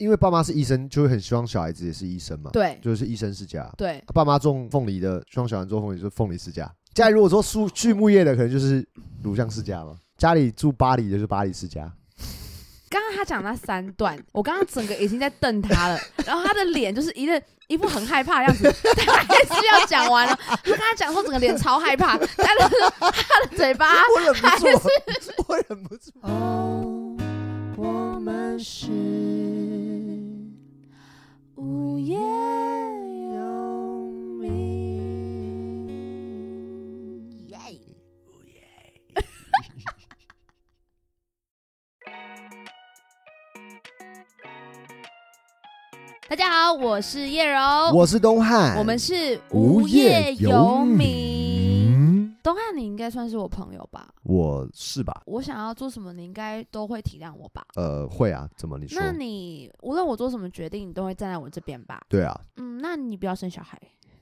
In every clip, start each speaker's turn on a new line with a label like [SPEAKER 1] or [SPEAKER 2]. [SPEAKER 1] 因为爸妈是医生，就会很希望小孩子也是医生嘛，
[SPEAKER 2] 对
[SPEAKER 1] 就是医生世家。
[SPEAKER 2] 对，
[SPEAKER 1] 爸妈种凤梨的，希望小孩做凤梨，就是凤梨世家。家里如果说畜畜牧业的，可能就是乳香世家嘛。家里住巴黎的就是巴黎世家。
[SPEAKER 2] 刚刚他讲那三段，我刚刚整个已经在瞪他了，然后他的脸就是一个一副很害怕的样子，但他还是要讲完了。他跟他讲说，整个脸超害怕，但是他的嘴巴，
[SPEAKER 1] 我忍不住，我忍不住。
[SPEAKER 2] 哦，我们是无业游民。 大家好，我是叶柔，
[SPEAKER 1] 我是东汉，
[SPEAKER 2] 哦我们是
[SPEAKER 1] 无业
[SPEAKER 2] 业
[SPEAKER 1] 游
[SPEAKER 2] 民。
[SPEAKER 1] 嗯，
[SPEAKER 2] 东汉，你应该算是我朋友吧？
[SPEAKER 1] 我是吧？
[SPEAKER 2] 我想要做什么，你应该都会体谅我吧？
[SPEAKER 1] 呃，会啊，怎么你说？
[SPEAKER 2] 那你无论我做什么决定，你都会站在我这边吧？
[SPEAKER 1] 对啊，
[SPEAKER 2] 嗯，那你不要生小孩，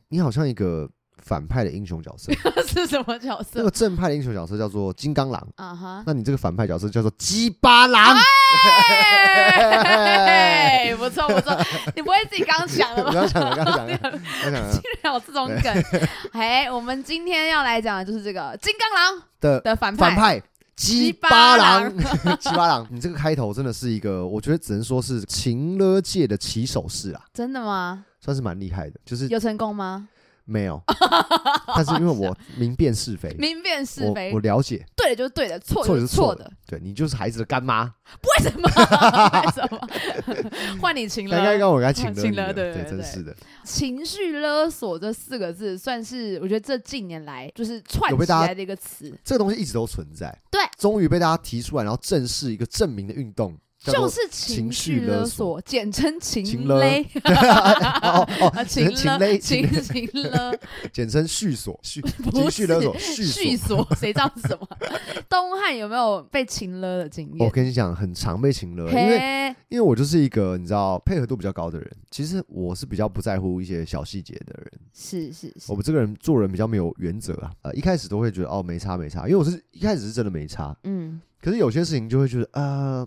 [SPEAKER 1] 你好像一个反派的英雄角色。
[SPEAKER 2] 是什么角
[SPEAKER 1] 那
[SPEAKER 2] 色
[SPEAKER 1] 个？正派的英雄角色叫做金刚狼，
[SPEAKER 2] 啊哈！
[SPEAKER 1] 那你这个反派角色叫做鸡巴狼。
[SPEAKER 2] 嘿哎不错 不错，你不会自己 刚想 了
[SPEAKER 1] 不
[SPEAKER 2] 吧？
[SPEAKER 1] 要讲了，不要讲了，不要讲了
[SPEAKER 2] 竟。然 有这种梗！哎，我们今天要来讲的就是这个金刚狼
[SPEAKER 1] 的
[SPEAKER 2] 的反
[SPEAKER 1] 反
[SPEAKER 2] 派。
[SPEAKER 1] 派鸡巴狼， 鸡巴狼，你这个开头真的是一个，我觉得只能说是情勒界的起手式啊，
[SPEAKER 2] 真的吗？
[SPEAKER 1] 算是蛮厉害的。就是
[SPEAKER 2] 有成功吗？
[SPEAKER 1] 没有，但是因为我明辨是非，
[SPEAKER 2] 明辨是
[SPEAKER 1] 我
[SPEAKER 2] 非
[SPEAKER 1] 我，了解，
[SPEAKER 2] 对的就是对的，错
[SPEAKER 1] 错
[SPEAKER 2] 就
[SPEAKER 1] 就是是
[SPEAKER 2] 错
[SPEAKER 1] 错
[SPEAKER 2] 的。
[SPEAKER 1] 对你就是孩子的干妈，
[SPEAKER 2] 为什么？ 为 什么？换你情
[SPEAKER 1] 刚刚
[SPEAKER 2] 了。
[SPEAKER 1] 刚我跟他请了
[SPEAKER 2] 请
[SPEAKER 1] 你
[SPEAKER 2] 了
[SPEAKER 1] 了，
[SPEAKER 2] 对
[SPEAKER 1] 对，
[SPEAKER 2] 对对
[SPEAKER 1] 真是的，
[SPEAKER 2] 情绪勒索这四个字，算是我觉得这近年来就是串
[SPEAKER 1] 有被
[SPEAKER 2] 起
[SPEAKER 1] 大家
[SPEAKER 2] 来的一个词，
[SPEAKER 1] 这个东西一直都存在，
[SPEAKER 2] 对，
[SPEAKER 1] 终于被大家提出来，然后正式一个证明的运动，叫
[SPEAKER 2] 就
[SPEAKER 1] 做
[SPEAKER 2] 是情
[SPEAKER 1] 情
[SPEAKER 2] 绪
[SPEAKER 1] 绪
[SPEAKER 2] 勒
[SPEAKER 1] 勒
[SPEAKER 2] 索，简称情
[SPEAKER 1] 情
[SPEAKER 2] 勒
[SPEAKER 1] 勒。 哦哦，
[SPEAKER 2] 啊，情
[SPEAKER 1] 情
[SPEAKER 2] 勒，
[SPEAKER 1] 勒
[SPEAKER 2] 情情勒，
[SPEAKER 1] 简称绪所，绪
[SPEAKER 2] 不
[SPEAKER 1] 情
[SPEAKER 2] 是
[SPEAKER 1] 绪勒索，
[SPEAKER 2] 续
[SPEAKER 1] 绪所。
[SPEAKER 2] 索，谁知道是什么？ 东汉有没有被情勒的经
[SPEAKER 1] 我
[SPEAKER 2] 验？
[SPEAKER 1] 跟你讲，很常被情勒，因为
[SPEAKER 2] 嘿，
[SPEAKER 1] 因为我就是一个你知道配合度比较高的人，其实我是比较不在乎一些小细节的人。
[SPEAKER 2] 是是是
[SPEAKER 1] 我，们这个人做人比较没有原则啊，呃，一开始都会觉得哦没差没差，因为我是一开始是真的没差，
[SPEAKER 2] 嗯，
[SPEAKER 1] 可是有些事情就会觉得呃，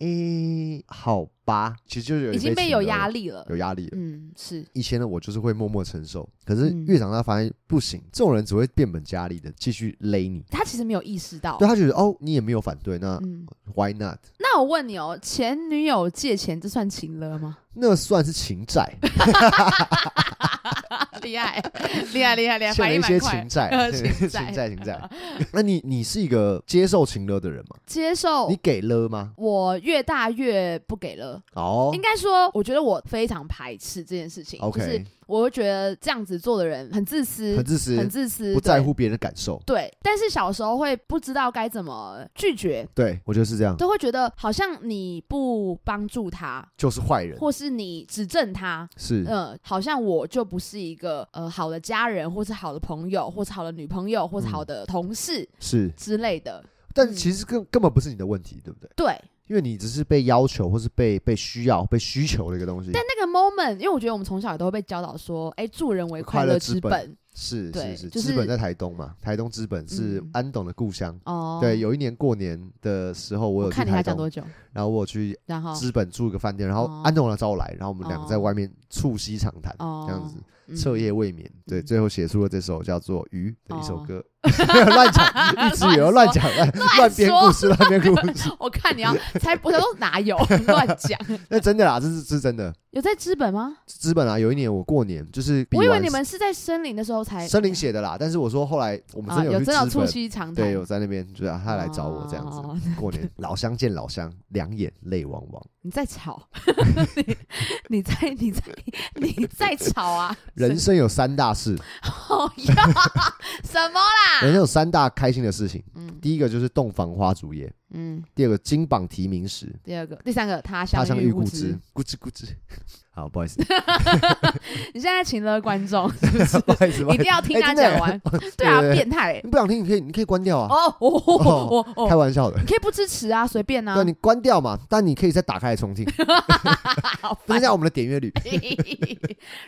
[SPEAKER 1] 诶、好吧，其实就是有
[SPEAKER 2] 已经被有压
[SPEAKER 1] 力，
[SPEAKER 2] 力了。
[SPEAKER 1] 有压力了。
[SPEAKER 2] 嗯，是
[SPEAKER 1] 以前呢，我就是会默默承受，可是
[SPEAKER 2] 嗯
[SPEAKER 1] 越长大发现不行，这种人只会变本加厉的继续勒你。
[SPEAKER 2] 他其实没有意识到
[SPEAKER 1] 对。他觉得哦，你也没有反对，那
[SPEAKER 2] 嗯，
[SPEAKER 1] why not？
[SPEAKER 2] 那我问你哦，前女友借钱，这算情勒吗？
[SPEAKER 1] 那算是情债，
[SPEAKER 2] 厉害，厉害，厉害，厉
[SPEAKER 1] 欠
[SPEAKER 2] 害，反
[SPEAKER 1] 了
[SPEAKER 2] 应
[SPEAKER 1] 一些
[SPEAKER 2] 蛮快
[SPEAKER 1] 情。债
[SPEAKER 2] 呃，
[SPEAKER 1] 欠了一些
[SPEAKER 2] 情债
[SPEAKER 1] 情债，情 债。那你你是一个接受情勒的人吗？
[SPEAKER 2] 接受
[SPEAKER 1] 你给了吗？
[SPEAKER 2] 我越大越不给了，
[SPEAKER 1] 哦
[SPEAKER 2] 应该说，我觉得我非常排斥这件事情，就是
[SPEAKER 1] ，OK，
[SPEAKER 2] 我会觉得这样子做的人很自私，
[SPEAKER 1] 很自私，
[SPEAKER 2] 很自私，
[SPEAKER 1] 不
[SPEAKER 2] 对
[SPEAKER 1] 在乎别人的感受。
[SPEAKER 2] 对，但是小时候会不知道该怎么拒绝，
[SPEAKER 1] 对，我觉得是这样，
[SPEAKER 2] 都会觉得好像你不帮助他，
[SPEAKER 1] 就是坏人，
[SPEAKER 2] 或是你指正他，
[SPEAKER 1] 是
[SPEAKER 2] 嗯，好像我就不是一个呃好的家人，或是好的朋友，或是好的女朋友，
[SPEAKER 1] 嗯
[SPEAKER 2] 或是好的同事
[SPEAKER 1] 是，
[SPEAKER 2] 之类的。
[SPEAKER 1] 但其实根根本不是你的问题，对不对？
[SPEAKER 2] 对，
[SPEAKER 1] 因为你只是被要求，或是被被需要、被需求的一个东西。
[SPEAKER 2] 但那个 moment，因为我觉得我们从小也都会被教导说，哎，助人为快
[SPEAKER 1] 快乐
[SPEAKER 2] 乐
[SPEAKER 1] 之
[SPEAKER 2] 之
[SPEAKER 1] 本
[SPEAKER 2] 本。
[SPEAKER 1] 是
[SPEAKER 2] 对
[SPEAKER 1] 是是，
[SPEAKER 2] 就
[SPEAKER 1] 资本
[SPEAKER 2] 是
[SPEAKER 1] 在台东嘛，台东资本是
[SPEAKER 2] 嗯
[SPEAKER 1] 安董的故乡。
[SPEAKER 2] 哦，
[SPEAKER 1] 对，，有一年过年的时候，我有去
[SPEAKER 2] 看你还
[SPEAKER 1] 台
[SPEAKER 2] 讲
[SPEAKER 1] 东
[SPEAKER 2] 多，久，
[SPEAKER 1] 然后我有去
[SPEAKER 2] 然后
[SPEAKER 1] 资本住一个饭店，然后
[SPEAKER 2] 哦
[SPEAKER 1] 安董来找我来，然后我们两个在
[SPEAKER 2] 哦
[SPEAKER 1] 外面促膝长谈，
[SPEAKER 2] 哦
[SPEAKER 1] 这样子。
[SPEAKER 2] 嗯
[SPEAKER 1] 彻夜未眠，对，
[SPEAKER 2] 嗯
[SPEAKER 1] 最后写出了这首叫做《鱼》的一首
[SPEAKER 2] 哦
[SPEAKER 1] 歌，乱讲，一直以为乱讲，乱乱编
[SPEAKER 2] 说
[SPEAKER 1] 故事，乱编故事，
[SPEAKER 2] 我看你要才不都哪有乱讲？
[SPEAKER 1] 那真的啦，这是这是真的。
[SPEAKER 2] 有在资本吗？
[SPEAKER 1] 资本啊，有一年我过年就是比
[SPEAKER 2] 我以为
[SPEAKER 1] 完
[SPEAKER 2] 你们是在森林的时候才
[SPEAKER 1] 森林写的啦，但是我说后来我们
[SPEAKER 2] 啊，
[SPEAKER 1] 真的
[SPEAKER 2] 有
[SPEAKER 1] 去
[SPEAKER 2] 真的
[SPEAKER 1] 资
[SPEAKER 2] 促
[SPEAKER 1] 本，
[SPEAKER 2] 膝长谈，
[SPEAKER 1] 对，有在那边，就是啊他来找我这样
[SPEAKER 2] 哦
[SPEAKER 1] 子，过年老乡见老乡，两眼泪汪 汪，
[SPEAKER 2] 你在吵，你 你在你在你在吵啊！
[SPEAKER 1] 人生有三大事，
[SPEAKER 2] 哦呀， 什么啦？
[SPEAKER 1] 人生有三大开心的事情，
[SPEAKER 2] 嗯
[SPEAKER 1] 第一个就是洞房花烛夜，
[SPEAKER 2] 嗯，
[SPEAKER 1] 第二个金榜题名时，
[SPEAKER 2] 第二个、第三个，他
[SPEAKER 1] 他
[SPEAKER 2] 乡
[SPEAKER 1] 乡
[SPEAKER 2] 遇
[SPEAKER 1] 遇
[SPEAKER 2] 故
[SPEAKER 1] 故
[SPEAKER 2] 知
[SPEAKER 1] 知。， 咕吱咕吱，好，不好意 思，
[SPEAKER 2] 你现在请了观众，
[SPEAKER 1] 不好意思，不好
[SPEAKER 2] 一
[SPEAKER 1] 意思
[SPEAKER 2] 定要听
[SPEAKER 1] 哎
[SPEAKER 2] 他
[SPEAKER 1] 真的
[SPEAKER 2] 讲
[SPEAKER 1] 耶
[SPEAKER 2] 完。对啊，
[SPEAKER 1] 对对
[SPEAKER 2] 变态欸。
[SPEAKER 1] 你不想听，你可以你可以关掉啊，
[SPEAKER 2] 哦哦哦
[SPEAKER 1] 开
[SPEAKER 2] 哦，
[SPEAKER 1] 玩笑的。
[SPEAKER 2] 你可以不支持啊，随便啊
[SPEAKER 1] 对，。你关掉嘛，但你可以再打开来重听，
[SPEAKER 2] 好
[SPEAKER 1] 增
[SPEAKER 2] 烦。
[SPEAKER 1] 加我们的点阅 率，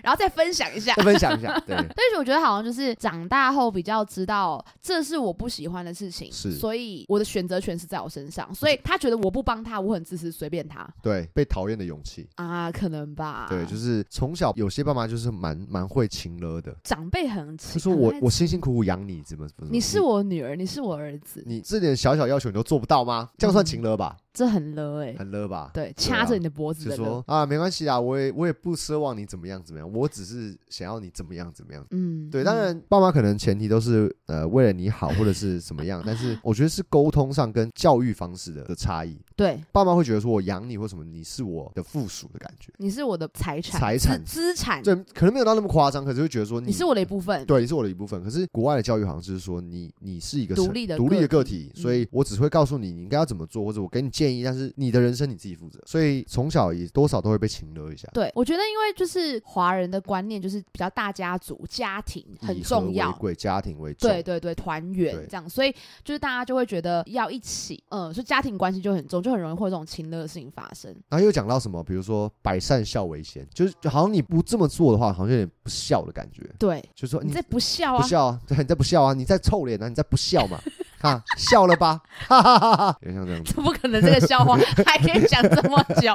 [SPEAKER 2] 然后再分享一下
[SPEAKER 1] 再。分享一下。对，
[SPEAKER 2] 但是我觉得好像就是长大后比较知道这是我不喜欢的事情，
[SPEAKER 1] 是
[SPEAKER 2] 所以我的选择权是在我身上，所以他觉得我不帮他，我很自私，随便他
[SPEAKER 1] 对，被讨厌的勇气。
[SPEAKER 2] 啊，可能吧。
[SPEAKER 1] 对，就是从小有些爸妈就是蛮蛮会情勒的，
[SPEAKER 2] 长辈很
[SPEAKER 1] 就
[SPEAKER 2] 亲，
[SPEAKER 1] 是我
[SPEAKER 2] 很爱
[SPEAKER 1] 我辛辛苦苦养你，怎么怎么，
[SPEAKER 2] 你是我女儿，你是我儿子，
[SPEAKER 1] 你这点小小要求你都做不到吗？这样算
[SPEAKER 2] 嗯
[SPEAKER 1] 情勒吧，
[SPEAKER 2] 这很勒哎、欸，
[SPEAKER 1] 很勒吧？
[SPEAKER 2] 对，掐着你的脖子
[SPEAKER 1] 就
[SPEAKER 2] 的
[SPEAKER 1] 说
[SPEAKER 2] 勒，
[SPEAKER 1] 啊，没关系啊，我也我也不奢望你怎么样怎么样，我只是想要你怎么样怎么样。
[SPEAKER 2] 嗯，
[SPEAKER 1] 对，当然，爸妈可能前提都是呃为了你好或者是怎么样，但是我觉得是沟通上跟教育方式的的差异。
[SPEAKER 2] 对，
[SPEAKER 1] 爸妈会觉得说我养你或什么，你是我的附属的感觉，
[SPEAKER 2] 你是我的财产，
[SPEAKER 1] 财产
[SPEAKER 2] 资资产，
[SPEAKER 1] 对，可能没有到那么夸张，可是会觉得说
[SPEAKER 2] 你是我的一部分，
[SPEAKER 1] 嗯对，你是我的一部分。可是国外的教育好像就是说你，你是一个
[SPEAKER 2] 独
[SPEAKER 1] 生
[SPEAKER 2] 立的
[SPEAKER 1] 独立
[SPEAKER 2] 个
[SPEAKER 1] 的个体，
[SPEAKER 2] 嗯
[SPEAKER 1] 所以我只会告诉你你应该要怎么做，或者我给你建议，但是你的人生你自己负责。所以从小也多少都会被情勒一下，
[SPEAKER 2] 对，我觉得因为就是华人的观念就是比较大家族、家庭很
[SPEAKER 1] 以和
[SPEAKER 2] 重要
[SPEAKER 1] 为，贵，家庭为重。
[SPEAKER 2] 对对对，团圆
[SPEAKER 1] 对
[SPEAKER 2] 这样，所以就是大家就会觉得要一起，嗯，所以家庭关系就很重，就很容易会有这种亲热的事情发生。
[SPEAKER 1] 然后又讲到什么，比如说百善孝为先，就是就好像你不这么做的话，好像有点不孝的感觉，
[SPEAKER 2] 对，
[SPEAKER 1] 就说
[SPEAKER 2] 你
[SPEAKER 1] 你
[SPEAKER 2] 这不孝
[SPEAKER 1] 不
[SPEAKER 2] 啊，
[SPEAKER 1] 孝啊，对，你再不孝啊，你再臭脸啊，你再不孝 嘛，哈，笑了吧，哈哈哈哈，有点像这样子。
[SPEAKER 2] 怎么可能这个 笑话还可以讲这么久，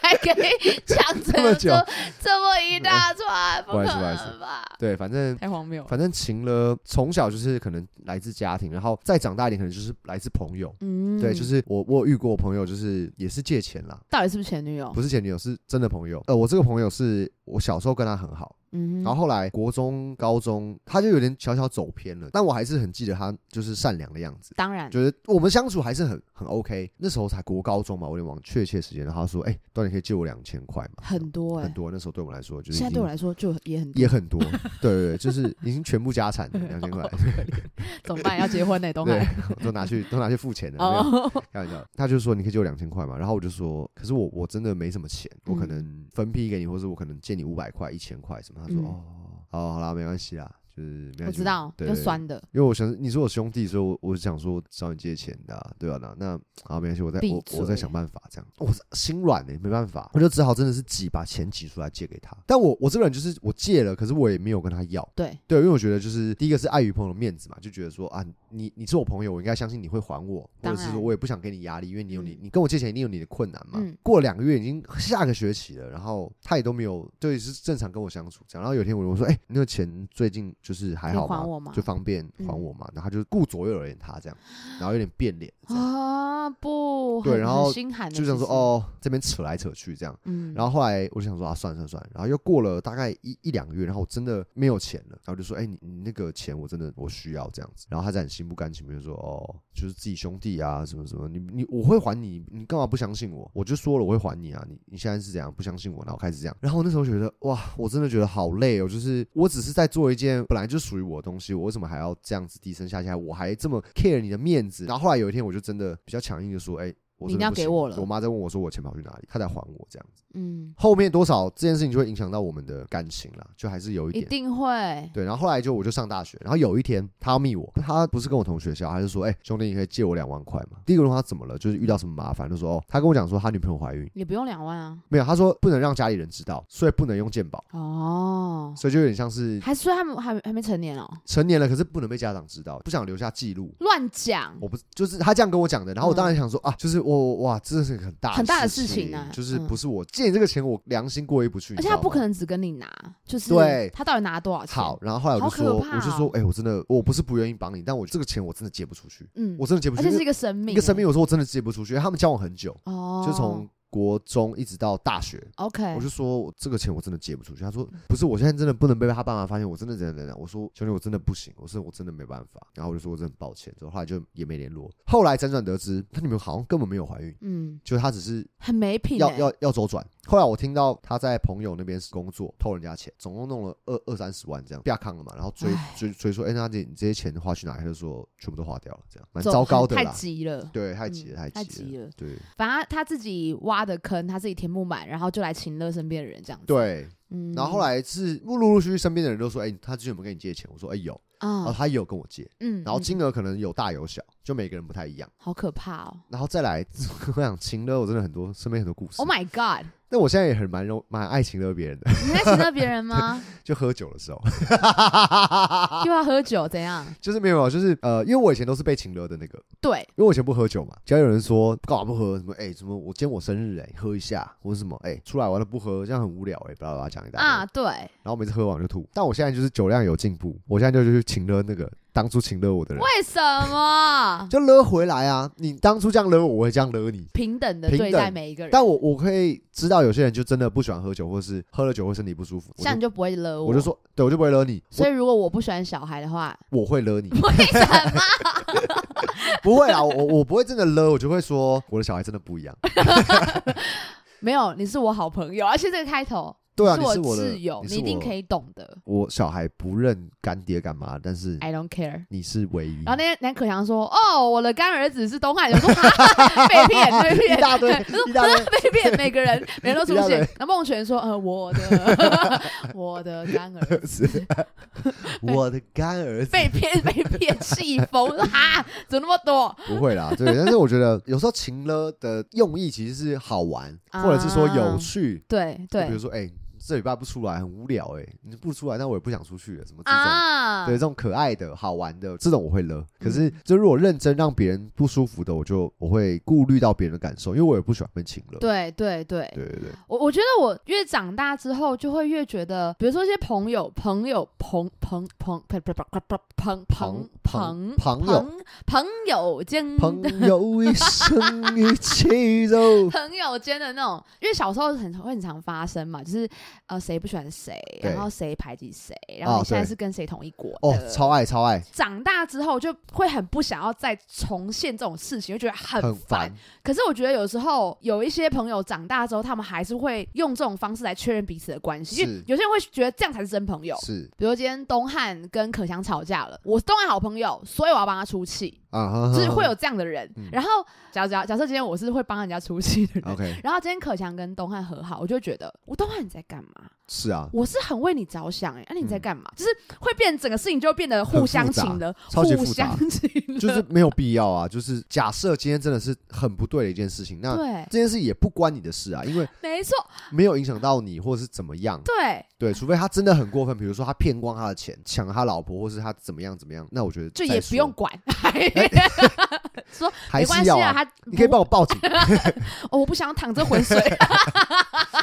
[SPEAKER 2] 还可以讲
[SPEAKER 1] 这么
[SPEAKER 2] 成
[SPEAKER 1] 久
[SPEAKER 2] 这这么一大串，不
[SPEAKER 1] 不好
[SPEAKER 2] 可
[SPEAKER 1] 意思不好意思
[SPEAKER 2] 能吧？
[SPEAKER 1] 对，反正
[SPEAKER 2] 太荒谬了。
[SPEAKER 1] 反正情了，从小就是可能来自家庭，然后再长大一点，可能就是来自朋友。
[SPEAKER 2] 嗯，
[SPEAKER 1] 对，就是我我有遇过朋友，就是也是借钱啦，
[SPEAKER 2] 到底是不是前女友？
[SPEAKER 1] 不是前女友，是真的朋友。呃，我这个朋友是我小时候跟他很好，
[SPEAKER 2] 嗯哼，
[SPEAKER 1] 然后后来国中、高中，他就有点小小走偏了，但我还是很记得他就是善良的样子。
[SPEAKER 2] 当然，
[SPEAKER 1] 觉得我们相处还是很很 OK，那时候才国高中嘛，我有点忘确切时间。然后他说：“哎、段你可以借我两千块嘛？”
[SPEAKER 2] 很多哎
[SPEAKER 1] 很，多，那时候对我们来说就是已
[SPEAKER 2] 现在对
[SPEAKER 1] 经
[SPEAKER 2] 我来说就也很多
[SPEAKER 1] 也很多，对对对，就是已经全部家产 两千块。
[SPEAKER 2] 怎么办？要结婚呢， 东
[SPEAKER 1] 对
[SPEAKER 2] 海。，
[SPEAKER 1] 都拿去都拿去付钱的，没有
[SPEAKER 2] 哦，
[SPEAKER 1] 开玩笑。他就说你可以借我两千块嘛，然后我就说，可是我我真的没什么钱，我可能分批给你，或者我可能借你五百块、一千块什么。他说
[SPEAKER 2] 嗯
[SPEAKER 1] 哦，好好啦，没关系啦，就是没关系。
[SPEAKER 2] 我知道，
[SPEAKER 1] 对
[SPEAKER 2] 又
[SPEAKER 1] 对
[SPEAKER 2] 酸的，
[SPEAKER 1] 因为我想你是我兄弟，所以我我想说找你借钱的啊、对啊，那那好没关系，我再
[SPEAKER 2] 闭
[SPEAKER 1] 我
[SPEAKER 2] 嘴
[SPEAKER 1] 我再想办法这样。哦我心软呢、没办法，我就只好真的是挤把钱挤出来借给他。但我我这个人就是我借了，可是我也没有跟他要，
[SPEAKER 2] 对，
[SPEAKER 1] 对，因为我觉得就是第一个是碍于朋友的面子嘛，就觉得说啊，你你是我朋友，我应该相信你会还我，或
[SPEAKER 2] 当
[SPEAKER 1] 者
[SPEAKER 2] 然
[SPEAKER 1] 是说我也不想给你压力，因为你有你、
[SPEAKER 2] 嗯
[SPEAKER 1] 你跟我借钱一定有你的困难嘛。
[SPEAKER 2] 嗯
[SPEAKER 1] 过了两个月已经下个学期了，然后他也都没有，对，是正常跟我相处这样。然后有一天我就说，哎、你那个钱最近就是还好
[SPEAKER 2] 可以
[SPEAKER 1] 吗？
[SPEAKER 2] 还我吗
[SPEAKER 1] 就方便还
[SPEAKER 2] 嗯
[SPEAKER 1] 我嘛？然后他就顾左右而言他这样，然后有点变脸这样，
[SPEAKER 2] 啊，不，
[SPEAKER 1] 对
[SPEAKER 2] 很
[SPEAKER 1] 然
[SPEAKER 2] 很
[SPEAKER 1] 后
[SPEAKER 2] 心寒的，
[SPEAKER 1] 就想说
[SPEAKER 2] 其实，
[SPEAKER 1] 哦，这边扯来扯去这样。
[SPEAKER 2] 嗯，
[SPEAKER 1] 然后后来我就想说啊，算了算了算了，然后又过了大概一一两个月，然后我真的没有钱了，然后就说，哎、你你那个钱我真的我需要这样子，然后他才很心不甘情不愿地说，哦，就是自己兄弟啊，什么什么，你你我会还你，你干嘛不相信我？我就说了我会还你啊，你你现在是怎样不相信我，然后开始这样，然后我那时候觉得哇，我真的觉得好累哦，就是我只是在做一件本来就属于我的东西，我为什么还要这样子低声下气，还我还这么 care 你的面子？然后后来有一天我就真的比较强硬的说，哎、我
[SPEAKER 2] 你
[SPEAKER 1] 真的
[SPEAKER 2] 一定要
[SPEAKER 1] 不行
[SPEAKER 2] 给我了
[SPEAKER 1] 我妈在问我说我钱跑去哪里，她才还我这样。
[SPEAKER 2] 嗯，
[SPEAKER 1] 后面多少这件事情就会影响到我们的感情啦，就还是有一
[SPEAKER 2] 一
[SPEAKER 1] 点。
[SPEAKER 2] 定会，
[SPEAKER 1] 对，然后后来就我就上大学，然后有一天他要密我，他不是跟我同学校，他就说，哎、兄弟，你可以借我两万块吗？第一个问他怎么了，就是遇到什么麻烦，就说哦，他跟我讲说他女朋友怀孕，
[SPEAKER 2] 也不用两万啊，
[SPEAKER 1] 没有，他说不能让家里人知道，所以不能用健保，
[SPEAKER 2] 哦，
[SPEAKER 1] 所以就有点像是
[SPEAKER 2] 还说他们还还没成年哦，
[SPEAKER 1] 成年了，可是不能被家长知道，不想留下记录。
[SPEAKER 2] 乱讲，
[SPEAKER 1] 我不就是他这样跟我讲的，然后我当然想说、啊，就是我我哇，这是很大
[SPEAKER 2] 很大的
[SPEAKER 1] 事
[SPEAKER 2] 事情啊
[SPEAKER 1] 就是
[SPEAKER 2] 嗯
[SPEAKER 1] 不是我借你这个钱，我良心过意不去，
[SPEAKER 2] 而
[SPEAKER 1] 你知
[SPEAKER 2] 且他
[SPEAKER 1] 道
[SPEAKER 2] 不
[SPEAKER 1] 吗
[SPEAKER 2] 可能只跟你拿，就是
[SPEAKER 1] 对
[SPEAKER 2] 他到底拿多少钱？
[SPEAKER 1] 好，，然后后来我就
[SPEAKER 2] 好可
[SPEAKER 1] 说，
[SPEAKER 2] 怕
[SPEAKER 1] 我就说
[SPEAKER 2] 哦，
[SPEAKER 1] 哎、我真的我不是不愿意帮你，但我这个钱我真的借不出去，
[SPEAKER 2] 嗯
[SPEAKER 1] 我，真的借不出
[SPEAKER 2] 而且
[SPEAKER 1] 去，因
[SPEAKER 2] 是一
[SPEAKER 1] 为
[SPEAKER 2] 个生命，欸
[SPEAKER 1] 一个生命，，我说我真的借不出去，因为他们交往很久，
[SPEAKER 2] 哦，
[SPEAKER 1] 就从国中一直到大学。
[SPEAKER 2] OK，
[SPEAKER 1] 我就说我这个钱我真的借不出去。他说不是，我现在真的不能被他爸妈发现，我真的怎样怎样。我说兄弟，我真的不行，我说我真的没办法。然后我就说我真的很抱歉，之后后来就也没联络。后来辗转得知，他女朋友好像根本没有怀孕，
[SPEAKER 2] 嗯，
[SPEAKER 1] 就她只是
[SPEAKER 2] 很没品欸，
[SPEAKER 1] 要要要周转。后来我听到他在朋友那边工作，偷人家钱，总共弄了二二三十万这样，被他扛了嘛，然后追
[SPEAKER 2] 唉
[SPEAKER 1] 追追说，哎、那你你这些钱花去哪里？他就说全部都花掉了，这样蛮
[SPEAKER 2] 走
[SPEAKER 1] 糟糕
[SPEAKER 2] 很
[SPEAKER 1] 的
[SPEAKER 2] 太
[SPEAKER 1] 啦。
[SPEAKER 2] 急了。
[SPEAKER 1] 对，太急了，
[SPEAKER 2] 嗯
[SPEAKER 1] 太
[SPEAKER 2] 太
[SPEAKER 1] 急
[SPEAKER 2] 急
[SPEAKER 1] 了
[SPEAKER 2] 了，
[SPEAKER 1] 对
[SPEAKER 2] 反正他他自己挖的坑，他自己填不满，然后就来请乐身边的人这样子。，
[SPEAKER 1] 对。
[SPEAKER 2] 嗯
[SPEAKER 1] 然后后来是陆陆续续身边的人都说，哎、他之前有没有跟你借钱？我说，哎、有，然后
[SPEAKER 2] 啊，
[SPEAKER 1] 他也有跟我借，
[SPEAKER 2] 嗯，
[SPEAKER 1] 然后
[SPEAKER 2] 嗯
[SPEAKER 1] 金额可能有大有小，就每个人不太一样。
[SPEAKER 2] 好可怕哦
[SPEAKER 1] 然后再来，我想情勒，我真的很多身边很多故事。
[SPEAKER 2] ！Oh my god！
[SPEAKER 1] 但我现在也很蛮容蛮爱请乐别人的，
[SPEAKER 2] 你在请到别人吗？
[SPEAKER 1] 就喝酒的时候，啊
[SPEAKER 2] 又要喝酒怎样？
[SPEAKER 1] 就是没有，就是呃，因为我以前都是被请乐的那个，
[SPEAKER 2] 对，
[SPEAKER 1] 因为我以前不喝酒嘛，只要有人说干嘛不喝，什么哎、什么我今天我生日哎、喝一下，或者什么哎、出来玩了不喝，这样很无聊哎、不要把它讲一大堆。
[SPEAKER 2] 啊，对，
[SPEAKER 1] 然后每次喝完就吐，但我现在就是酒量有进步，我现在就去请了那个当初请了我的人，
[SPEAKER 2] 为什 么
[SPEAKER 1] 就勒回来啊！你当初这样勒我，我会这样勒你。
[SPEAKER 2] 平等的
[SPEAKER 1] 平
[SPEAKER 2] 对待
[SPEAKER 1] 等
[SPEAKER 2] 每一个人？
[SPEAKER 1] 但我我可以知道有些人就真的不喜欢喝酒，或是喝了酒会身体不舒服，我
[SPEAKER 2] 像你
[SPEAKER 1] 就
[SPEAKER 2] 就不会惹
[SPEAKER 1] 我就说，对我就不会勒你，
[SPEAKER 2] 所以如果我不喜欢小孩的 话，
[SPEAKER 1] 我我会勒你，
[SPEAKER 2] 为什么？
[SPEAKER 1] 不会啊啦，我我我不会真的勒，我就会说我的小孩真的不一样。
[SPEAKER 2] 没有，你是我好朋友，而且这个开头，
[SPEAKER 1] 对啊，
[SPEAKER 2] 是
[SPEAKER 1] 你
[SPEAKER 2] 我
[SPEAKER 1] 是我的
[SPEAKER 2] 挚友，
[SPEAKER 1] 你
[SPEAKER 2] 你
[SPEAKER 1] 是
[SPEAKER 2] 一定
[SPEAKER 1] 我
[SPEAKER 2] 可以懂的。
[SPEAKER 1] 我小孩不认干爹干妈，但是
[SPEAKER 2] I don't care。
[SPEAKER 1] 你是唯一。
[SPEAKER 2] 哎然后那天南可强说：“哦，我的干儿子是东汉。”我说哈：“被骗，被
[SPEAKER 1] 一
[SPEAKER 2] 骗。”
[SPEAKER 1] 大堆 一大堆，
[SPEAKER 2] 被骗，每个人每个人都出
[SPEAKER 1] 一大堆
[SPEAKER 2] 现。然后孟璇说：“呃，我的 我的干儿子
[SPEAKER 1] 我的干儿子
[SPEAKER 2] 被骗，被骗，气疯了啊！怎么那么多？
[SPEAKER 1] 不会啦，对。但是我觉得有时候情了的用意其实是好玩，或者是说有趣。
[SPEAKER 2] 对
[SPEAKER 1] 就比
[SPEAKER 2] 啊对
[SPEAKER 1] 如说，哎、这礼拜不出来很无聊、哎，你不出来，那我也不想出去了，什么这种。
[SPEAKER 2] 啊，嗯
[SPEAKER 1] 对这种可爱的、好玩的，这种我会勒。可是，就如果认真让别人不舒服的，我就我会顾虑到别人的感受，因为我也不喜欢被情勒。
[SPEAKER 2] 对对对，
[SPEAKER 1] 对对对，
[SPEAKER 2] 我我觉得我越长大之后，就会越觉得，比如说一些朋友、朋友、朋朋朋朋朋朋朋朋
[SPEAKER 1] 朋友
[SPEAKER 2] 朋朋友间。
[SPEAKER 1] 朋友一生一起走
[SPEAKER 2] 朋友间的那种，因为小时候很会很常发生嘛，就是呃谁不喜欢谁，
[SPEAKER 1] 对
[SPEAKER 2] 然后谁排挤谁，然后
[SPEAKER 1] 哦
[SPEAKER 2] 你现在
[SPEAKER 1] 对
[SPEAKER 2] 是跟谁同一国的。
[SPEAKER 1] 哦，超爱超爱，
[SPEAKER 2] 长大之后就会很不想要再重现这种事情，就觉得很
[SPEAKER 1] 很
[SPEAKER 2] 烦
[SPEAKER 1] 烦。。
[SPEAKER 2] 可是我觉得有时候有一些朋友长大之后，他们还是会用这种方式来确认彼此的关系，
[SPEAKER 1] 是
[SPEAKER 2] 因为有些人会觉得这样才是真朋友。
[SPEAKER 1] 是
[SPEAKER 2] 比如今天东汉跟可翔吵架了，我是东汉好朋友，所以我要帮他出气，
[SPEAKER 1] 啊，
[SPEAKER 2] 就是会有这样的人。
[SPEAKER 1] 嗯
[SPEAKER 2] 然后假假假设今天我是会帮人家出气的人，
[SPEAKER 1] OK，
[SPEAKER 2] 然后今天可强跟东汉和好，我就觉得我东汉你在干嘛？
[SPEAKER 1] 是啊，
[SPEAKER 2] 我是很为你着想哎、那、你在
[SPEAKER 1] 嗯
[SPEAKER 2] 干嘛？就是会变整个事情就变得互
[SPEAKER 1] 很
[SPEAKER 2] 相
[SPEAKER 1] 复杂
[SPEAKER 2] 情了，
[SPEAKER 1] 超级
[SPEAKER 2] 互
[SPEAKER 1] 复杂
[SPEAKER 2] 相情了，
[SPEAKER 1] 就是没有必要啊。就是假设今天真的是很不对的一件事情，那
[SPEAKER 2] 对，
[SPEAKER 1] 这件事也不关你的事啊，因为
[SPEAKER 2] 没错，
[SPEAKER 1] 没有影响到你或者是怎么样。
[SPEAKER 2] 对，
[SPEAKER 1] 对，除非他真的很过分，比如说他骗光他的钱，抢他老婆，或是他怎么样怎么样，那我觉得
[SPEAKER 2] 就
[SPEAKER 1] 再
[SPEAKER 2] 也不
[SPEAKER 1] 说哎
[SPEAKER 2] 用管，说
[SPEAKER 1] 还
[SPEAKER 2] 没关
[SPEAKER 1] 是
[SPEAKER 2] 系
[SPEAKER 1] 要
[SPEAKER 2] 啊，
[SPEAKER 1] 啊。
[SPEAKER 2] 他
[SPEAKER 1] 你可以
[SPEAKER 2] 不
[SPEAKER 1] 帮我报 警，
[SPEAKER 2] 哦，我不想躺着浑 水，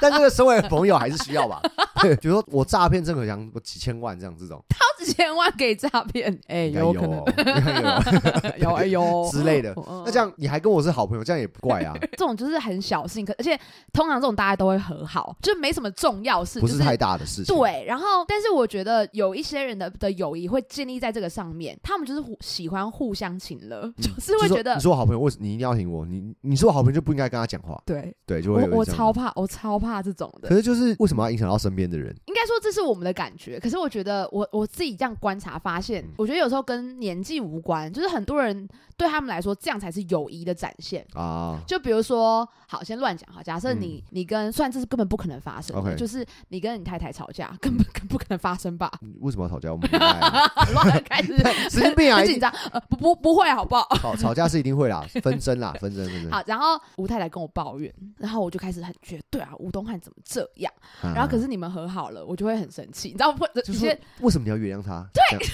[SPEAKER 1] 但这个身为朋友还是需要吧。对，比如说我诈骗郑可强我几千万这样这种，
[SPEAKER 2] 好几千万给诈骗，哎，
[SPEAKER 1] 应该
[SPEAKER 2] 有
[SPEAKER 1] 有
[SPEAKER 2] 可能
[SPEAKER 1] 哦，应该有哦
[SPEAKER 2] 有哎有
[SPEAKER 1] 之 类的。那这样你还跟我是好朋友，这样也不怪啊，
[SPEAKER 2] 这种就是很小性，可而且通常这种大家都会和好，就没什么重要事，
[SPEAKER 1] 不
[SPEAKER 2] 就是
[SPEAKER 1] 太大的事情。
[SPEAKER 2] 对，然后但是我觉得有一些人的的友谊会建立在这个上面，他们就是互喜欢互相请了，就是会
[SPEAKER 1] 嗯就说
[SPEAKER 2] 觉得
[SPEAKER 1] 你是我好朋友，为什你一定要听我？你你是我好朋友就不应该跟他讲话，
[SPEAKER 2] 对
[SPEAKER 1] 对，就会
[SPEAKER 2] 我
[SPEAKER 1] 有
[SPEAKER 2] 我
[SPEAKER 1] 这样
[SPEAKER 2] 超
[SPEAKER 1] 的。
[SPEAKER 2] 怕我超怕这种的
[SPEAKER 1] 可，是就是为什么要影响到身边的人？
[SPEAKER 2] 应该说这是我们的感觉。可是我觉得我我自己这样观察发现
[SPEAKER 1] 嗯，
[SPEAKER 2] 我觉得有时候跟年纪无关，就是很多人对他们来说这样才是友谊的展现。
[SPEAKER 1] 啊，
[SPEAKER 2] 就比如说，好，先乱讲哈。假设
[SPEAKER 1] 嗯
[SPEAKER 2] 你、你跟，虽然这是根本不可能发生的
[SPEAKER 1] OK
[SPEAKER 2] 就是你跟你太太吵架，根本 更不可能发 生吧？
[SPEAKER 1] 为什么要吵架？我们不爱 啊
[SPEAKER 2] 乱开始
[SPEAKER 1] 神经病啊！
[SPEAKER 2] 很
[SPEAKER 1] 一
[SPEAKER 2] 紧
[SPEAKER 1] 定
[SPEAKER 2] 张，呃，不不不会好不好？
[SPEAKER 1] 吵吵架是一定会 啦，纷争啦，纷争纷争。
[SPEAKER 2] 好，然后吴太太跟我抱怨，然后我就开始很觉得，对啊，吴东汉怎么这样？
[SPEAKER 1] 啊，
[SPEAKER 2] 然后可是你们和好了，我就会很生气，你知道不？
[SPEAKER 1] 就
[SPEAKER 2] 有
[SPEAKER 1] 是说
[SPEAKER 2] 些
[SPEAKER 1] 为什么你要原谅他？对，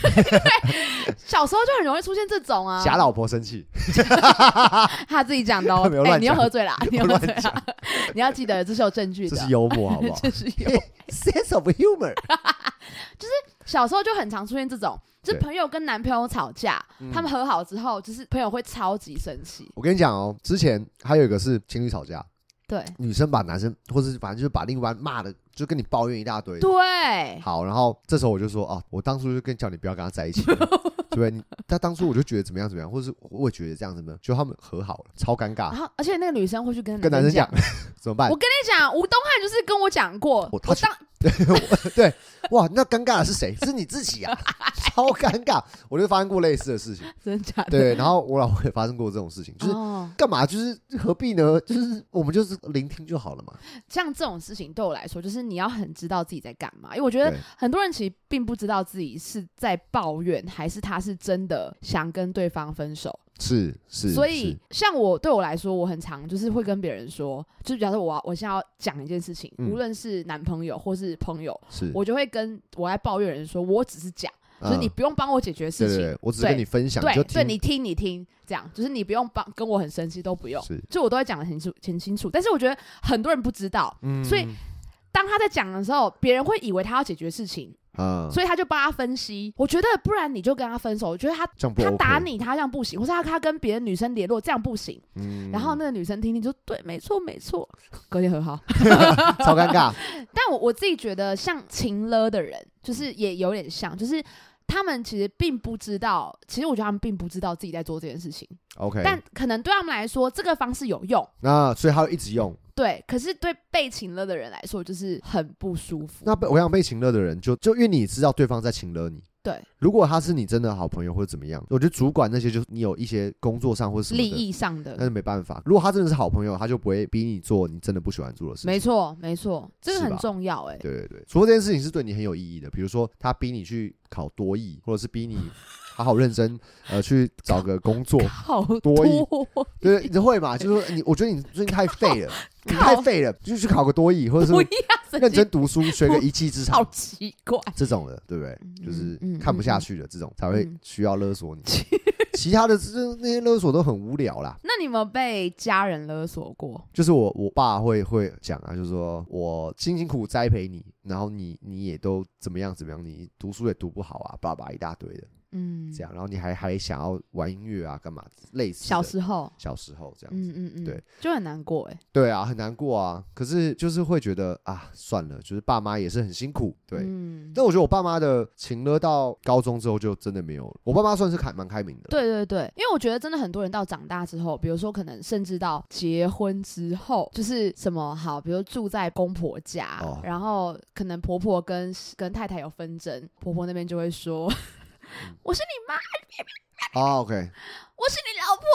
[SPEAKER 2] 小时候就很容易出现这种 啊，
[SPEAKER 1] 假老婆生气，，
[SPEAKER 2] 他自己讲的 哦
[SPEAKER 1] 没有
[SPEAKER 2] 哎，
[SPEAKER 1] 乱
[SPEAKER 2] 你又
[SPEAKER 1] 讲
[SPEAKER 2] 喝醉啦，你又喝
[SPEAKER 1] 乱
[SPEAKER 2] 醉啦， 你要记得这是有证据
[SPEAKER 1] 这
[SPEAKER 2] 的，
[SPEAKER 1] 是幽默好不好
[SPEAKER 2] 这是有。
[SPEAKER 1] ？Sense of humor，
[SPEAKER 2] 小时候就很常出现这种，就是
[SPEAKER 1] 对
[SPEAKER 2] 朋友跟男朋友吵架，
[SPEAKER 1] 嗯
[SPEAKER 2] 他们和好之后，就是朋友会超级生气，
[SPEAKER 1] 我跟你讲哦，之前还有一个是情侣吵架，
[SPEAKER 2] 对
[SPEAKER 1] 女生把男生，或是反正就是把另一半骂的，就跟你抱怨一大堆。
[SPEAKER 2] 对，
[SPEAKER 1] 好，然后这时候我就说啊，我当初就跟叫你不要跟他在一起 了，对不对？你他当初我就觉得怎么样怎么样，或者是我也觉得这样怎么样，就他们和好了，超尴
[SPEAKER 2] 然
[SPEAKER 1] 尬，
[SPEAKER 2] 后而且那个女生会去跟
[SPEAKER 1] 跟男
[SPEAKER 2] 生
[SPEAKER 1] 生讲 怎么办
[SPEAKER 2] 我？跟你讲，吴东汉就是跟我讲过，我
[SPEAKER 1] 我哦他去
[SPEAKER 2] 当
[SPEAKER 1] 哇，那尴尬的是谁？是你自己 啊，超尴尬。我就发生过类似的事情，
[SPEAKER 2] 真的假的？
[SPEAKER 1] 对，然后我老婆也发生过这种事情，就是
[SPEAKER 2] 哦，
[SPEAKER 1] 干嘛？就是何必呢？就是我们就是聆听就好了嘛。
[SPEAKER 2] 像这种事情对我来说，就是你要很知道自己在干嘛，因为我觉得
[SPEAKER 1] 对
[SPEAKER 2] 很多人其实并不知道自己是在抱怨，还是他是真的想跟对方分手。
[SPEAKER 1] 是是，
[SPEAKER 2] 所
[SPEAKER 1] 是
[SPEAKER 2] 以，像我对我来说，我很常就是会跟别人说，就是假设我要我现在要讲一件事情，
[SPEAKER 1] 嗯
[SPEAKER 2] 无论是男朋友或是朋友，
[SPEAKER 1] 是，
[SPEAKER 2] 我就会跟我在抱怨的人说，我只是讲，就是
[SPEAKER 1] 嗯
[SPEAKER 2] 你不用帮我解决
[SPEAKER 1] 对
[SPEAKER 2] 事
[SPEAKER 1] 对
[SPEAKER 2] 情，
[SPEAKER 1] 对，我只是跟你分享，就
[SPEAKER 2] 对，对
[SPEAKER 1] 听
[SPEAKER 2] 你听你听，这样就是你不用帮跟我很生气都不用，
[SPEAKER 1] 是，
[SPEAKER 2] 就我都会讲的很清楚很清楚。但是我觉得很多人不知道，
[SPEAKER 1] 嗯
[SPEAKER 2] 所以当他在讲的时候，别人会以为他要解决事情，
[SPEAKER 1] 啊，
[SPEAKER 2] 所以他就帮他分析。我觉得不然你就跟他分手，我觉得他。
[SPEAKER 1] 这样不
[SPEAKER 2] 他
[SPEAKER 1] OK，
[SPEAKER 2] 打你，他这样不行，或是他他跟别的女生联络，这样不行。
[SPEAKER 1] 嗯，
[SPEAKER 2] 然后那个女生听听就对，没错没错，隔天和好。
[SPEAKER 1] 超尴 尬，
[SPEAKER 2] 但我我自己觉得，像情勒的人，就是也有点像，就是他们其实并不知道，其实我觉得他们并不知道自己在做这件事情，
[SPEAKER 1] OK，
[SPEAKER 2] 但可能对他们来说，这个方式有用。
[SPEAKER 1] 那所以他会一直用。
[SPEAKER 2] 对，可是对被情勒的人来说，就是很不舒服。
[SPEAKER 1] 那被我想被情勒的人就，就因为你知道对方在情勒你。
[SPEAKER 2] 对，
[SPEAKER 1] 如果他是你真的好朋友或者怎么样，我觉得主管那些就是你有一些工作上或者什么的
[SPEAKER 2] 利，益上
[SPEAKER 1] 但
[SPEAKER 2] 的，
[SPEAKER 1] 是没办法。如果他真的是好朋友，他就不会逼你做你真的不喜欢做的事情。
[SPEAKER 2] 没错没错，这个
[SPEAKER 1] 是吧
[SPEAKER 2] 很重要哎、
[SPEAKER 1] 对对对，除非这件事情是对你很有意义的，比如说他逼你去考多艺，或者是逼你好好认真呃去找个工作，
[SPEAKER 2] 好
[SPEAKER 1] 多益
[SPEAKER 2] 多
[SPEAKER 1] 对，你会嘛？就是说你，我觉得你最近太废了，你
[SPEAKER 2] 靠
[SPEAKER 1] 太废了，就去考个多艺，或者
[SPEAKER 2] 不
[SPEAKER 1] 是
[SPEAKER 2] 要
[SPEAKER 1] 认
[SPEAKER 2] 神经
[SPEAKER 1] 真，读书，学个一技之
[SPEAKER 2] 好
[SPEAKER 1] 长。
[SPEAKER 2] 奇怪。
[SPEAKER 1] 这种的，对不对？
[SPEAKER 2] 嗯
[SPEAKER 1] 就是
[SPEAKER 2] 嗯
[SPEAKER 1] 看不下
[SPEAKER 2] 嗯
[SPEAKER 1] 去的这种才会
[SPEAKER 2] 嗯
[SPEAKER 1] 需要勒 索你。其他的这那些勒索都很无聊啦。
[SPEAKER 2] 那你有没有被家人勒索过？
[SPEAKER 1] 就是我我爸会会讲啊，就是说我辛辛苦苦栽培你，然后你你也都怎么样怎么样，你读书也读不好啊，爸爸一大堆的
[SPEAKER 2] 嗯，
[SPEAKER 1] 这样，然后你还还想要玩音乐啊，干嘛类似的
[SPEAKER 2] 小时候，
[SPEAKER 1] 小时候这样子，
[SPEAKER 2] 嗯嗯嗯，
[SPEAKER 1] 对，
[SPEAKER 2] 就很难过哎、
[SPEAKER 1] 对啊，很难过啊。可是就是会觉得啊，算了，就是爸妈也是很辛苦，对。
[SPEAKER 2] 嗯，
[SPEAKER 1] 但我觉得我爸妈的情勒到高中之后就真的没有了，我爸妈算是开蛮开明的，
[SPEAKER 2] 对对对，因为我觉得真的很多人到长大之后，比如说可能甚至到结婚之后，就是什么好，比如住在公婆家，
[SPEAKER 1] 哦
[SPEAKER 2] 然后可能婆婆跟跟太太有纷争，婆婆那边就会说。我是你妈，
[SPEAKER 1] 啊，OK，
[SPEAKER 2] 我是你老婆，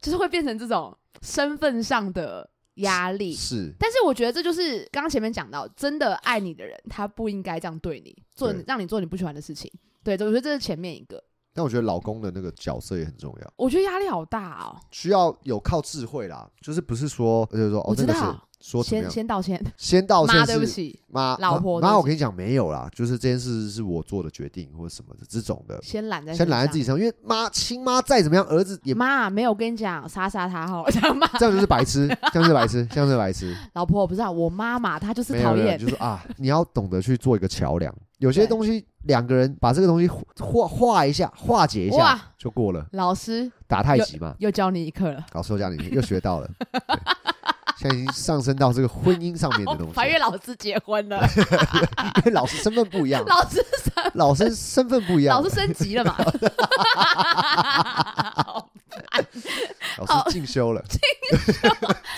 [SPEAKER 2] 就是会变成这种身份上的压力。
[SPEAKER 1] 是
[SPEAKER 2] 但是我觉得这就是刚刚前面讲到，真的爱你的人，他不应该这样对你，做你
[SPEAKER 1] 对
[SPEAKER 2] 让你做你不喜欢的事情。对，我觉得这是前面一个，
[SPEAKER 1] 但我觉得老公的那个角色也很重要，
[SPEAKER 2] 我觉得压力好大哦。
[SPEAKER 1] 需要有靠智慧啦，就是不是说就是说哦
[SPEAKER 2] 我，
[SPEAKER 1] 那
[SPEAKER 2] 知
[SPEAKER 1] 个
[SPEAKER 2] 道
[SPEAKER 1] 是说怎么
[SPEAKER 2] 先
[SPEAKER 1] 样，
[SPEAKER 2] 先道歉，
[SPEAKER 1] 先道歉
[SPEAKER 2] 妈，
[SPEAKER 1] 是
[SPEAKER 2] 对不起，
[SPEAKER 1] 妈
[SPEAKER 2] 老婆
[SPEAKER 1] 妈，
[SPEAKER 2] 对
[SPEAKER 1] 妈我
[SPEAKER 2] 不起
[SPEAKER 1] 跟你讲没有啦，就是这件事是我做的决定或什么的这种的，
[SPEAKER 2] 先 揽在
[SPEAKER 1] 先揽在自己
[SPEAKER 2] 己。
[SPEAKER 1] 身上，因为妈亲妈再怎么样，儿子也
[SPEAKER 2] 妈，没有我跟你讲，杀杀他哦哈！我讲妈，
[SPEAKER 1] 这样就是白痴，这样就是白痴，这样就是白痴，
[SPEAKER 2] 老婆，我不知道，我妈妈她就是
[SPEAKER 1] 没有
[SPEAKER 2] 讨
[SPEAKER 1] 没有，
[SPEAKER 2] 厌
[SPEAKER 1] 就，是啊， 你要懂得去做一个桥梁，有些
[SPEAKER 2] 对
[SPEAKER 1] 东西两个人把这个东西化化一下，化解一下
[SPEAKER 2] 哇
[SPEAKER 1] 就过了，
[SPEAKER 2] 老师
[SPEAKER 1] 打太极嘛。
[SPEAKER 2] 又教你一课了，
[SPEAKER 1] 搞收家里面又学到 了，对现在已经上升到这个婚姻上面的东西
[SPEAKER 2] 怀
[SPEAKER 1] 了，
[SPEAKER 2] 月哦老师结婚 了，
[SPEAKER 1] 因为 老师身份不一样，
[SPEAKER 2] 老师
[SPEAKER 1] 老师身份不一样
[SPEAKER 2] 老，师升级了嘛？哦
[SPEAKER 1] 老师进 修了，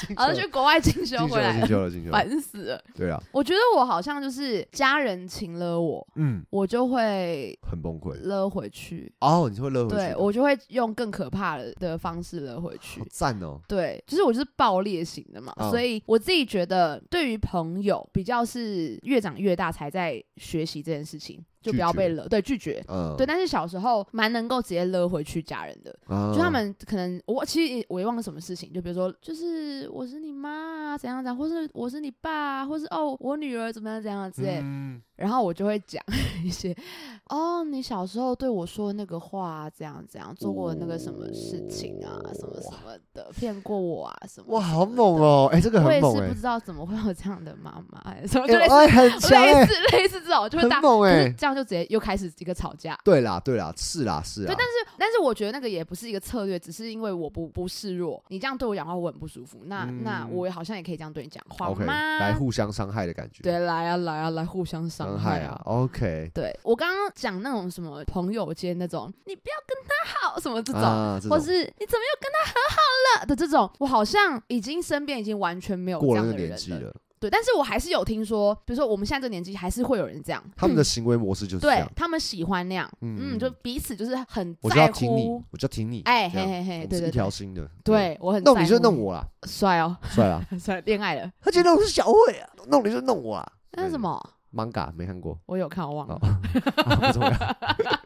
[SPEAKER 1] 进
[SPEAKER 2] 老师去国外进修
[SPEAKER 1] 进修
[SPEAKER 2] 回
[SPEAKER 1] 了，
[SPEAKER 2] 来
[SPEAKER 1] 进
[SPEAKER 2] 了，
[SPEAKER 1] 修了，进修了，
[SPEAKER 2] 烦死了。
[SPEAKER 1] 对啊，
[SPEAKER 2] 我觉得我好像就是家人请了我，
[SPEAKER 1] 嗯，
[SPEAKER 2] 我就会
[SPEAKER 1] 很崩溃。
[SPEAKER 2] 勒回去，
[SPEAKER 1] 哦，你会勒回去的，
[SPEAKER 2] 对我就会用更可怕的的方式勒回 去
[SPEAKER 1] 好。赞哦，
[SPEAKER 2] 对，就是我就是爆裂型的嘛，
[SPEAKER 1] 嗯
[SPEAKER 2] 所以我自己觉得，对于朋友比较是越长越大才在学习这件事情，就不要被勒，对，拒绝。
[SPEAKER 1] 嗯，
[SPEAKER 2] 对，，但是小时候蛮能够直接勒回去家人的，
[SPEAKER 1] 就
[SPEAKER 2] 就他们可能我其实也我也忘了什么事情，就比如说就是我是你妈啊，怎样怎样，或是我是你爸啊，或是哦我女儿怎么样怎样之类的，
[SPEAKER 1] 嗯，
[SPEAKER 2] 然后我就会讲 一些，哦，你小时候对我说那个话、啊，怎样怎样，做过那个什么事情啊，什么什么的，骗过我啊，什么
[SPEAKER 1] 哇，
[SPEAKER 2] 什
[SPEAKER 1] 好
[SPEAKER 2] 么
[SPEAKER 1] 猛
[SPEAKER 2] 的！
[SPEAKER 1] 哦，哎，这个
[SPEAKER 2] 我
[SPEAKER 1] 很
[SPEAKER 2] 也是
[SPEAKER 1] 猛
[SPEAKER 2] 不
[SPEAKER 1] 哎
[SPEAKER 2] 知道怎么会有这样的妈妈，哎什么就类
[SPEAKER 1] 哎，
[SPEAKER 2] 似、
[SPEAKER 1] 哎，很强
[SPEAKER 2] 类
[SPEAKER 1] 哎，
[SPEAKER 2] 似 类似这种，就会
[SPEAKER 1] 很
[SPEAKER 2] 大，
[SPEAKER 1] 猛
[SPEAKER 2] 可
[SPEAKER 1] 哎
[SPEAKER 2] 是，这样就直接又开始一个吵架。
[SPEAKER 1] 对啦，对啦，是啦，是啦，
[SPEAKER 2] 对，但是但是我觉得那个也不是一个策略，只是因为我不不示弱，你这样对我讲话我很不舒服，那、那
[SPEAKER 1] 嗯
[SPEAKER 2] 我也好像也可以这样对你讲话
[SPEAKER 1] OK，
[SPEAKER 2] 吗？
[SPEAKER 1] 来互相伤害的感觉，
[SPEAKER 2] 对，来啊来啊来互相伤
[SPEAKER 1] 伤害啊，OK，
[SPEAKER 2] 对我刚刚讲那种什么朋友间那种，你不要跟他好什么这种，
[SPEAKER 1] 啊，这
[SPEAKER 2] 或
[SPEAKER 1] 种
[SPEAKER 2] 是你怎么又跟他和好了的这种，我好像已经身边已经完全没有这
[SPEAKER 1] 过了
[SPEAKER 2] 样
[SPEAKER 1] 那个
[SPEAKER 2] 的人
[SPEAKER 1] 年纪了。
[SPEAKER 2] 对，但是我还是有听说，比如说我们现在这个年纪，还是会有人这样，
[SPEAKER 1] 他们的
[SPEAKER 2] 嗯
[SPEAKER 1] 行为模式就是这
[SPEAKER 2] 对
[SPEAKER 1] 样。
[SPEAKER 2] 他们喜欢那样，
[SPEAKER 1] 嗯
[SPEAKER 2] 嗯
[SPEAKER 1] 嗯
[SPEAKER 2] 就彼此就是很
[SPEAKER 1] 我就要
[SPEAKER 2] 在
[SPEAKER 1] 挺你
[SPEAKER 2] 乎，，
[SPEAKER 1] 我就要挺你，
[SPEAKER 2] 哎
[SPEAKER 1] 这样
[SPEAKER 2] 嘿嘿嘿
[SPEAKER 1] 我们
[SPEAKER 2] 对
[SPEAKER 1] 是
[SPEAKER 2] 对
[SPEAKER 1] 一条心的。
[SPEAKER 2] 对我很
[SPEAKER 1] 弄你就
[SPEAKER 2] 在乎
[SPEAKER 1] 弄我啦，
[SPEAKER 2] 帅哦，
[SPEAKER 1] 帅啊！
[SPEAKER 2] 帅恋爱了，
[SPEAKER 1] 他觉得我是小慧啊，弄你就弄我啊。
[SPEAKER 2] 那是什么？
[SPEAKER 1] manga 没看过，
[SPEAKER 2] 我有看，我忘了
[SPEAKER 1] 哦，啊不重要，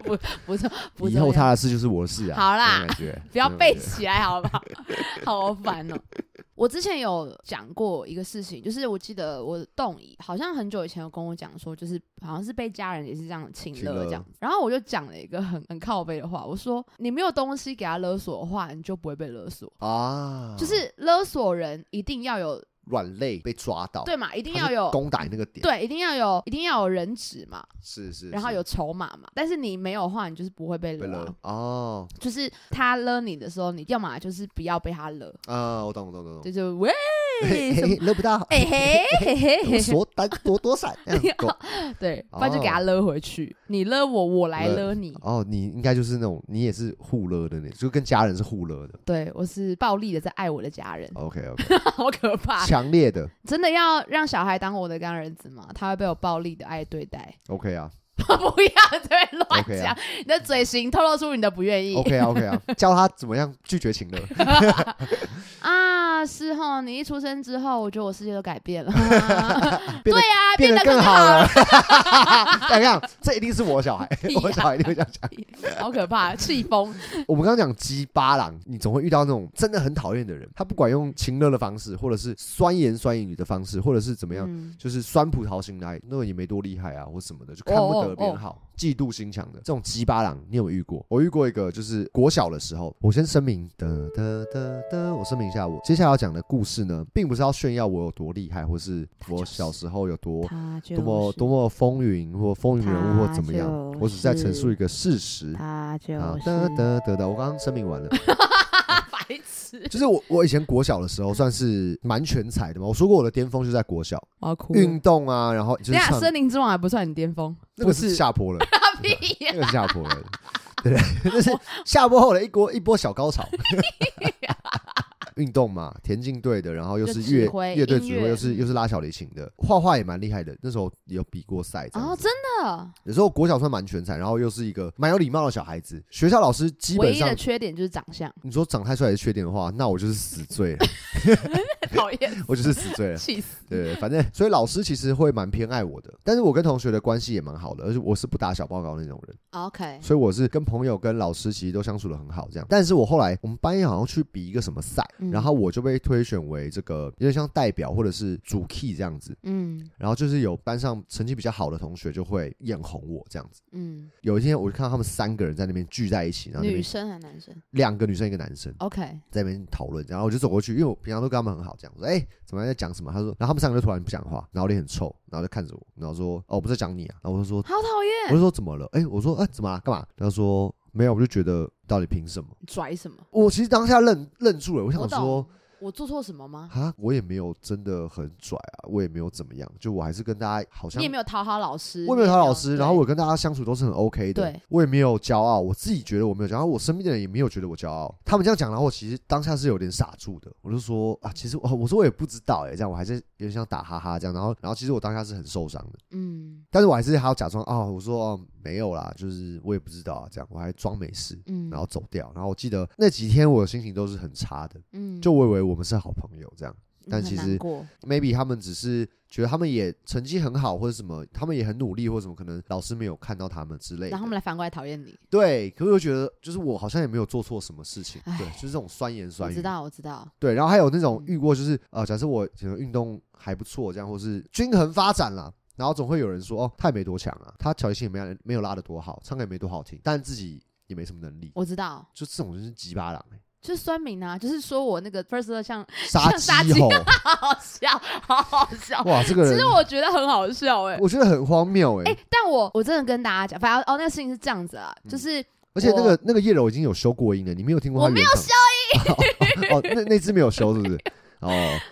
[SPEAKER 2] 不是 不是
[SPEAKER 1] 以后他的事就是我的事啊。
[SPEAKER 2] 好
[SPEAKER 1] 那
[SPEAKER 2] 啦
[SPEAKER 1] 种感觉
[SPEAKER 2] 不要背
[SPEAKER 1] 那种感觉
[SPEAKER 2] 起来，好不 好？好烦哦、我之前有讲过一个事情，就是我记得我的动椅好像很久以前有跟我讲说，就是好像是被家人也是这样请
[SPEAKER 1] 请
[SPEAKER 2] 勒
[SPEAKER 1] 勒
[SPEAKER 2] 这样，然后我就讲了一个很很靠背的话，我说你没有东西给他勒索的话，你就不会被勒索，
[SPEAKER 1] 啊，
[SPEAKER 2] 就是勒索人一定要有
[SPEAKER 1] 软肋被抓到，
[SPEAKER 2] 对嘛，一定
[SPEAKER 1] 他
[SPEAKER 2] 要
[SPEAKER 1] 是
[SPEAKER 2] 有。
[SPEAKER 1] 攻打你那个点，
[SPEAKER 2] 对，一定要有，一定要有人质嘛，
[SPEAKER 1] 是是，
[SPEAKER 2] 然后
[SPEAKER 1] 是
[SPEAKER 2] 有筹码嘛。但是你没有的话，你就是不会被
[SPEAKER 1] 被
[SPEAKER 2] 勒啊、
[SPEAKER 1] 勒哦
[SPEAKER 2] 就是他勒你的时候，你要么就是不要被他勒，
[SPEAKER 1] 啊，我懂我懂我懂，
[SPEAKER 2] 就是喂
[SPEAKER 1] 嘿
[SPEAKER 2] 什么
[SPEAKER 1] 嘿勒不到，
[SPEAKER 2] 哎嘿嘿
[SPEAKER 1] 我
[SPEAKER 2] 嘿嘿，
[SPEAKER 1] 锁单躲躲闪，这样狗
[SPEAKER 2] 对，不然就给他勒回去，你勒我，我来勒你。
[SPEAKER 1] 哦，你应该就是那种你也是互勒的那，就跟家人是互勒的。
[SPEAKER 2] 对我是暴力的在爱我的家人，
[SPEAKER 1] OK OK，
[SPEAKER 2] 好可怕！
[SPEAKER 1] 强烈的
[SPEAKER 2] 真的要让小孩当我的干儿子吗？他会被我暴力的爱对待？
[SPEAKER 1] OK 啊
[SPEAKER 2] 不要对乱
[SPEAKER 1] OK
[SPEAKER 2] 讲
[SPEAKER 1] 啊，
[SPEAKER 2] 你的嘴型透露出你的不愿意。
[SPEAKER 1] ，OK 啊 OK 啊，教他怎么样拒绝情勒。
[SPEAKER 2] 啊，是吼，你一出生之后，我觉得我世界都改变了。
[SPEAKER 1] 变
[SPEAKER 2] 对啊
[SPEAKER 1] 得
[SPEAKER 2] 呀、
[SPEAKER 1] 变得
[SPEAKER 2] 得更
[SPEAKER 1] 更
[SPEAKER 2] 好
[SPEAKER 1] 好了，怎样？这一定是我小 孩
[SPEAKER 2] 一，样
[SPEAKER 1] 我小孩一定会这样讲。
[SPEAKER 2] 好可怕，气疯。
[SPEAKER 1] 我们刚刚讲鸡巴狼，你总会遇到那种真的很讨厌的人，他不管用情勒的方式，或者是酸言酸语的方式，或者是怎么样，
[SPEAKER 2] 嗯
[SPEAKER 1] 就是酸葡萄型来，那个也没多厉害啊，或什么的，就看不得别人
[SPEAKER 2] 哦
[SPEAKER 1] 好，嫉妒心强的这种鸡巴狼，你有没有遇过？我遇过一个，就是国小的时候，我先声明，的的的的，我声明一下我，接下来要讲的故事呢，并不是要炫耀我有多厉害，或是我小时候有多
[SPEAKER 2] 他就
[SPEAKER 1] 多么多么风云或风云人物或怎么样
[SPEAKER 2] 他就是，
[SPEAKER 1] 我只是在陈述一个事实。
[SPEAKER 2] 他就
[SPEAKER 1] 啊，得得得得，我刚刚声明完了，
[SPEAKER 2] 白痴，
[SPEAKER 1] 就是我我以前国小的时候算是蛮全才的嘛，我说过我的巅峰就在国小，
[SPEAKER 2] 我要哭了。
[SPEAKER 1] 运动啊，然后就是
[SPEAKER 2] 哦等一下，
[SPEAKER 1] 唱啊
[SPEAKER 2] 森林之王还不算你巅 峰，
[SPEAKER 1] 那个
[SPEAKER 2] 不
[SPEAKER 1] 是下 坡了，
[SPEAKER 2] 大屁呀
[SPEAKER 1] 那个是下坡了，对，那是下坡后的一波一波小高 潮。运动嘛，田径队的，然后又
[SPEAKER 2] 就是指
[SPEAKER 1] 乐
[SPEAKER 2] 挥
[SPEAKER 1] 乐队
[SPEAKER 2] 音
[SPEAKER 1] 指
[SPEAKER 2] 乐
[SPEAKER 1] 挥，又是又是拉小提琴的，画画也蛮厉害的。那时候有比过赛，这样
[SPEAKER 2] 哦，
[SPEAKER 1] 子。
[SPEAKER 2] 真的，
[SPEAKER 1] 有时候国小算蛮全才，然后又是一个蛮有礼貌的小孩子。学校老师基
[SPEAKER 2] 唯
[SPEAKER 1] 本
[SPEAKER 2] 一
[SPEAKER 1] 上
[SPEAKER 2] 的缺点就是长相，
[SPEAKER 1] 你说长太帅是缺点的话，那我就是死罪了，
[SPEAKER 2] 讨厌，
[SPEAKER 1] 我就是死罪了。
[SPEAKER 2] 气 死。
[SPEAKER 1] 对，反正所以老师其实会蛮偏爱我的，但是我跟同学的关系也蛮好的，而且我是不打小报告那种人，
[SPEAKER 2] 哦 OK，
[SPEAKER 1] 所以我是跟朋友跟老师其实都相处的很好这样。但是我后来我们班好像去比一个什么赛，
[SPEAKER 2] 嗯
[SPEAKER 1] 然后我就被推选为这个有点像代表或者是主 key 这样子，
[SPEAKER 2] 嗯
[SPEAKER 1] 然后就是有班上成绩比较好的同学就会眼红我这样子。
[SPEAKER 2] 嗯，
[SPEAKER 1] 有一天我就看到他们三个人在那边聚在一起，然后那
[SPEAKER 2] 女
[SPEAKER 1] 边
[SPEAKER 2] 生还是男生
[SPEAKER 1] 两个女生一个男生。
[SPEAKER 2] ？OK，
[SPEAKER 1] 在那边讨论，然后我就走过去，因为我平常都跟他们很好，这样我说，哎、怎么样在讲什么？他说，然后他们三个就突然不讲话，然后脸很臭，然后就看着我，然后说，哦，我不是在讲你啊，然后我就说，
[SPEAKER 2] 好讨
[SPEAKER 1] 我就
[SPEAKER 2] 厌，
[SPEAKER 1] 说怎么了？哎、我说，哎、怎么了？干嘛？他说没有，我就觉得到底凭什么？
[SPEAKER 2] 拽什么？
[SPEAKER 1] 我其实当下愣愣住了，我
[SPEAKER 2] 我
[SPEAKER 1] 想说
[SPEAKER 2] 懂，，我做错什么吗？
[SPEAKER 1] 啊，我也没有真的很拽啊，我也没有怎么样，就我还是跟大家好像
[SPEAKER 2] 你也没有讨好老师，
[SPEAKER 1] 我也没有讨老师，然后我跟大家相处都是很 OK 的，
[SPEAKER 2] 对
[SPEAKER 1] 我也没有骄傲，我自己觉得我没有骄傲，我身边的人也没有觉得我骄傲。他们这样讲，然后我其实当下是有点傻住的，我就说啊，其实我我说我也不知道哎、这样我还是有点像打哈哈这样，然后然后其实我当下是很受伤的，
[SPEAKER 2] 嗯
[SPEAKER 1] 但是我还是还要假装啊，我说哦没有啦，就是我也不知道啊，这样我还装没事，
[SPEAKER 2] 嗯，
[SPEAKER 1] 然后走掉。然后我记得那几天我的心情都是很差的，
[SPEAKER 2] 嗯，
[SPEAKER 1] 就我以为我们是好朋友这样。
[SPEAKER 2] 嗯
[SPEAKER 1] 但
[SPEAKER 2] 很
[SPEAKER 1] 其
[SPEAKER 2] 难
[SPEAKER 1] 实哎
[SPEAKER 2] 过
[SPEAKER 1] maybe 他们只是觉得他们也成绩很好或者什么，他们也很努力或者什么，可能老师没有看到他们之类的。
[SPEAKER 2] 然后他们来反过来讨厌你，
[SPEAKER 1] 对，可是我觉得就是我好像也没有做错什么事情，
[SPEAKER 2] 唉
[SPEAKER 1] 对，就是这种酸言
[SPEAKER 2] 我
[SPEAKER 1] 酸语。
[SPEAKER 2] 知道，我知道，
[SPEAKER 1] 对，然后还有那种遇过就是呃，假设我可能运动还不错，这样或是均衡发展啦。然后总会有人说哦，他也没多强啊，他调节性也没有没有拉的多好，唱歌也没多好听，但自己也没什么能力，
[SPEAKER 2] 我知道，
[SPEAKER 1] 就这种就是鸡巴狼、欸，
[SPEAKER 2] 就是酸民啊，就是说我那个 first 像
[SPEAKER 1] 杀
[SPEAKER 2] 杀
[SPEAKER 1] 鸡
[SPEAKER 2] 鸡
[SPEAKER 1] 吼，
[SPEAKER 2] 好好笑，好好笑。
[SPEAKER 1] 哇，这个
[SPEAKER 2] 其
[SPEAKER 1] 人
[SPEAKER 2] 实我觉得很好笑哎、
[SPEAKER 1] 我觉得很荒谬哎、
[SPEAKER 2] 哎、但我我真的跟大家讲，反正哦，那个事情是这样子啊，
[SPEAKER 1] 嗯
[SPEAKER 2] 就是
[SPEAKER 1] 而且那个那个叶柔已经有修过音了，你没有听过？
[SPEAKER 2] 我
[SPEAKER 1] 没有修音。 哦，那那只没有修是不是？哦，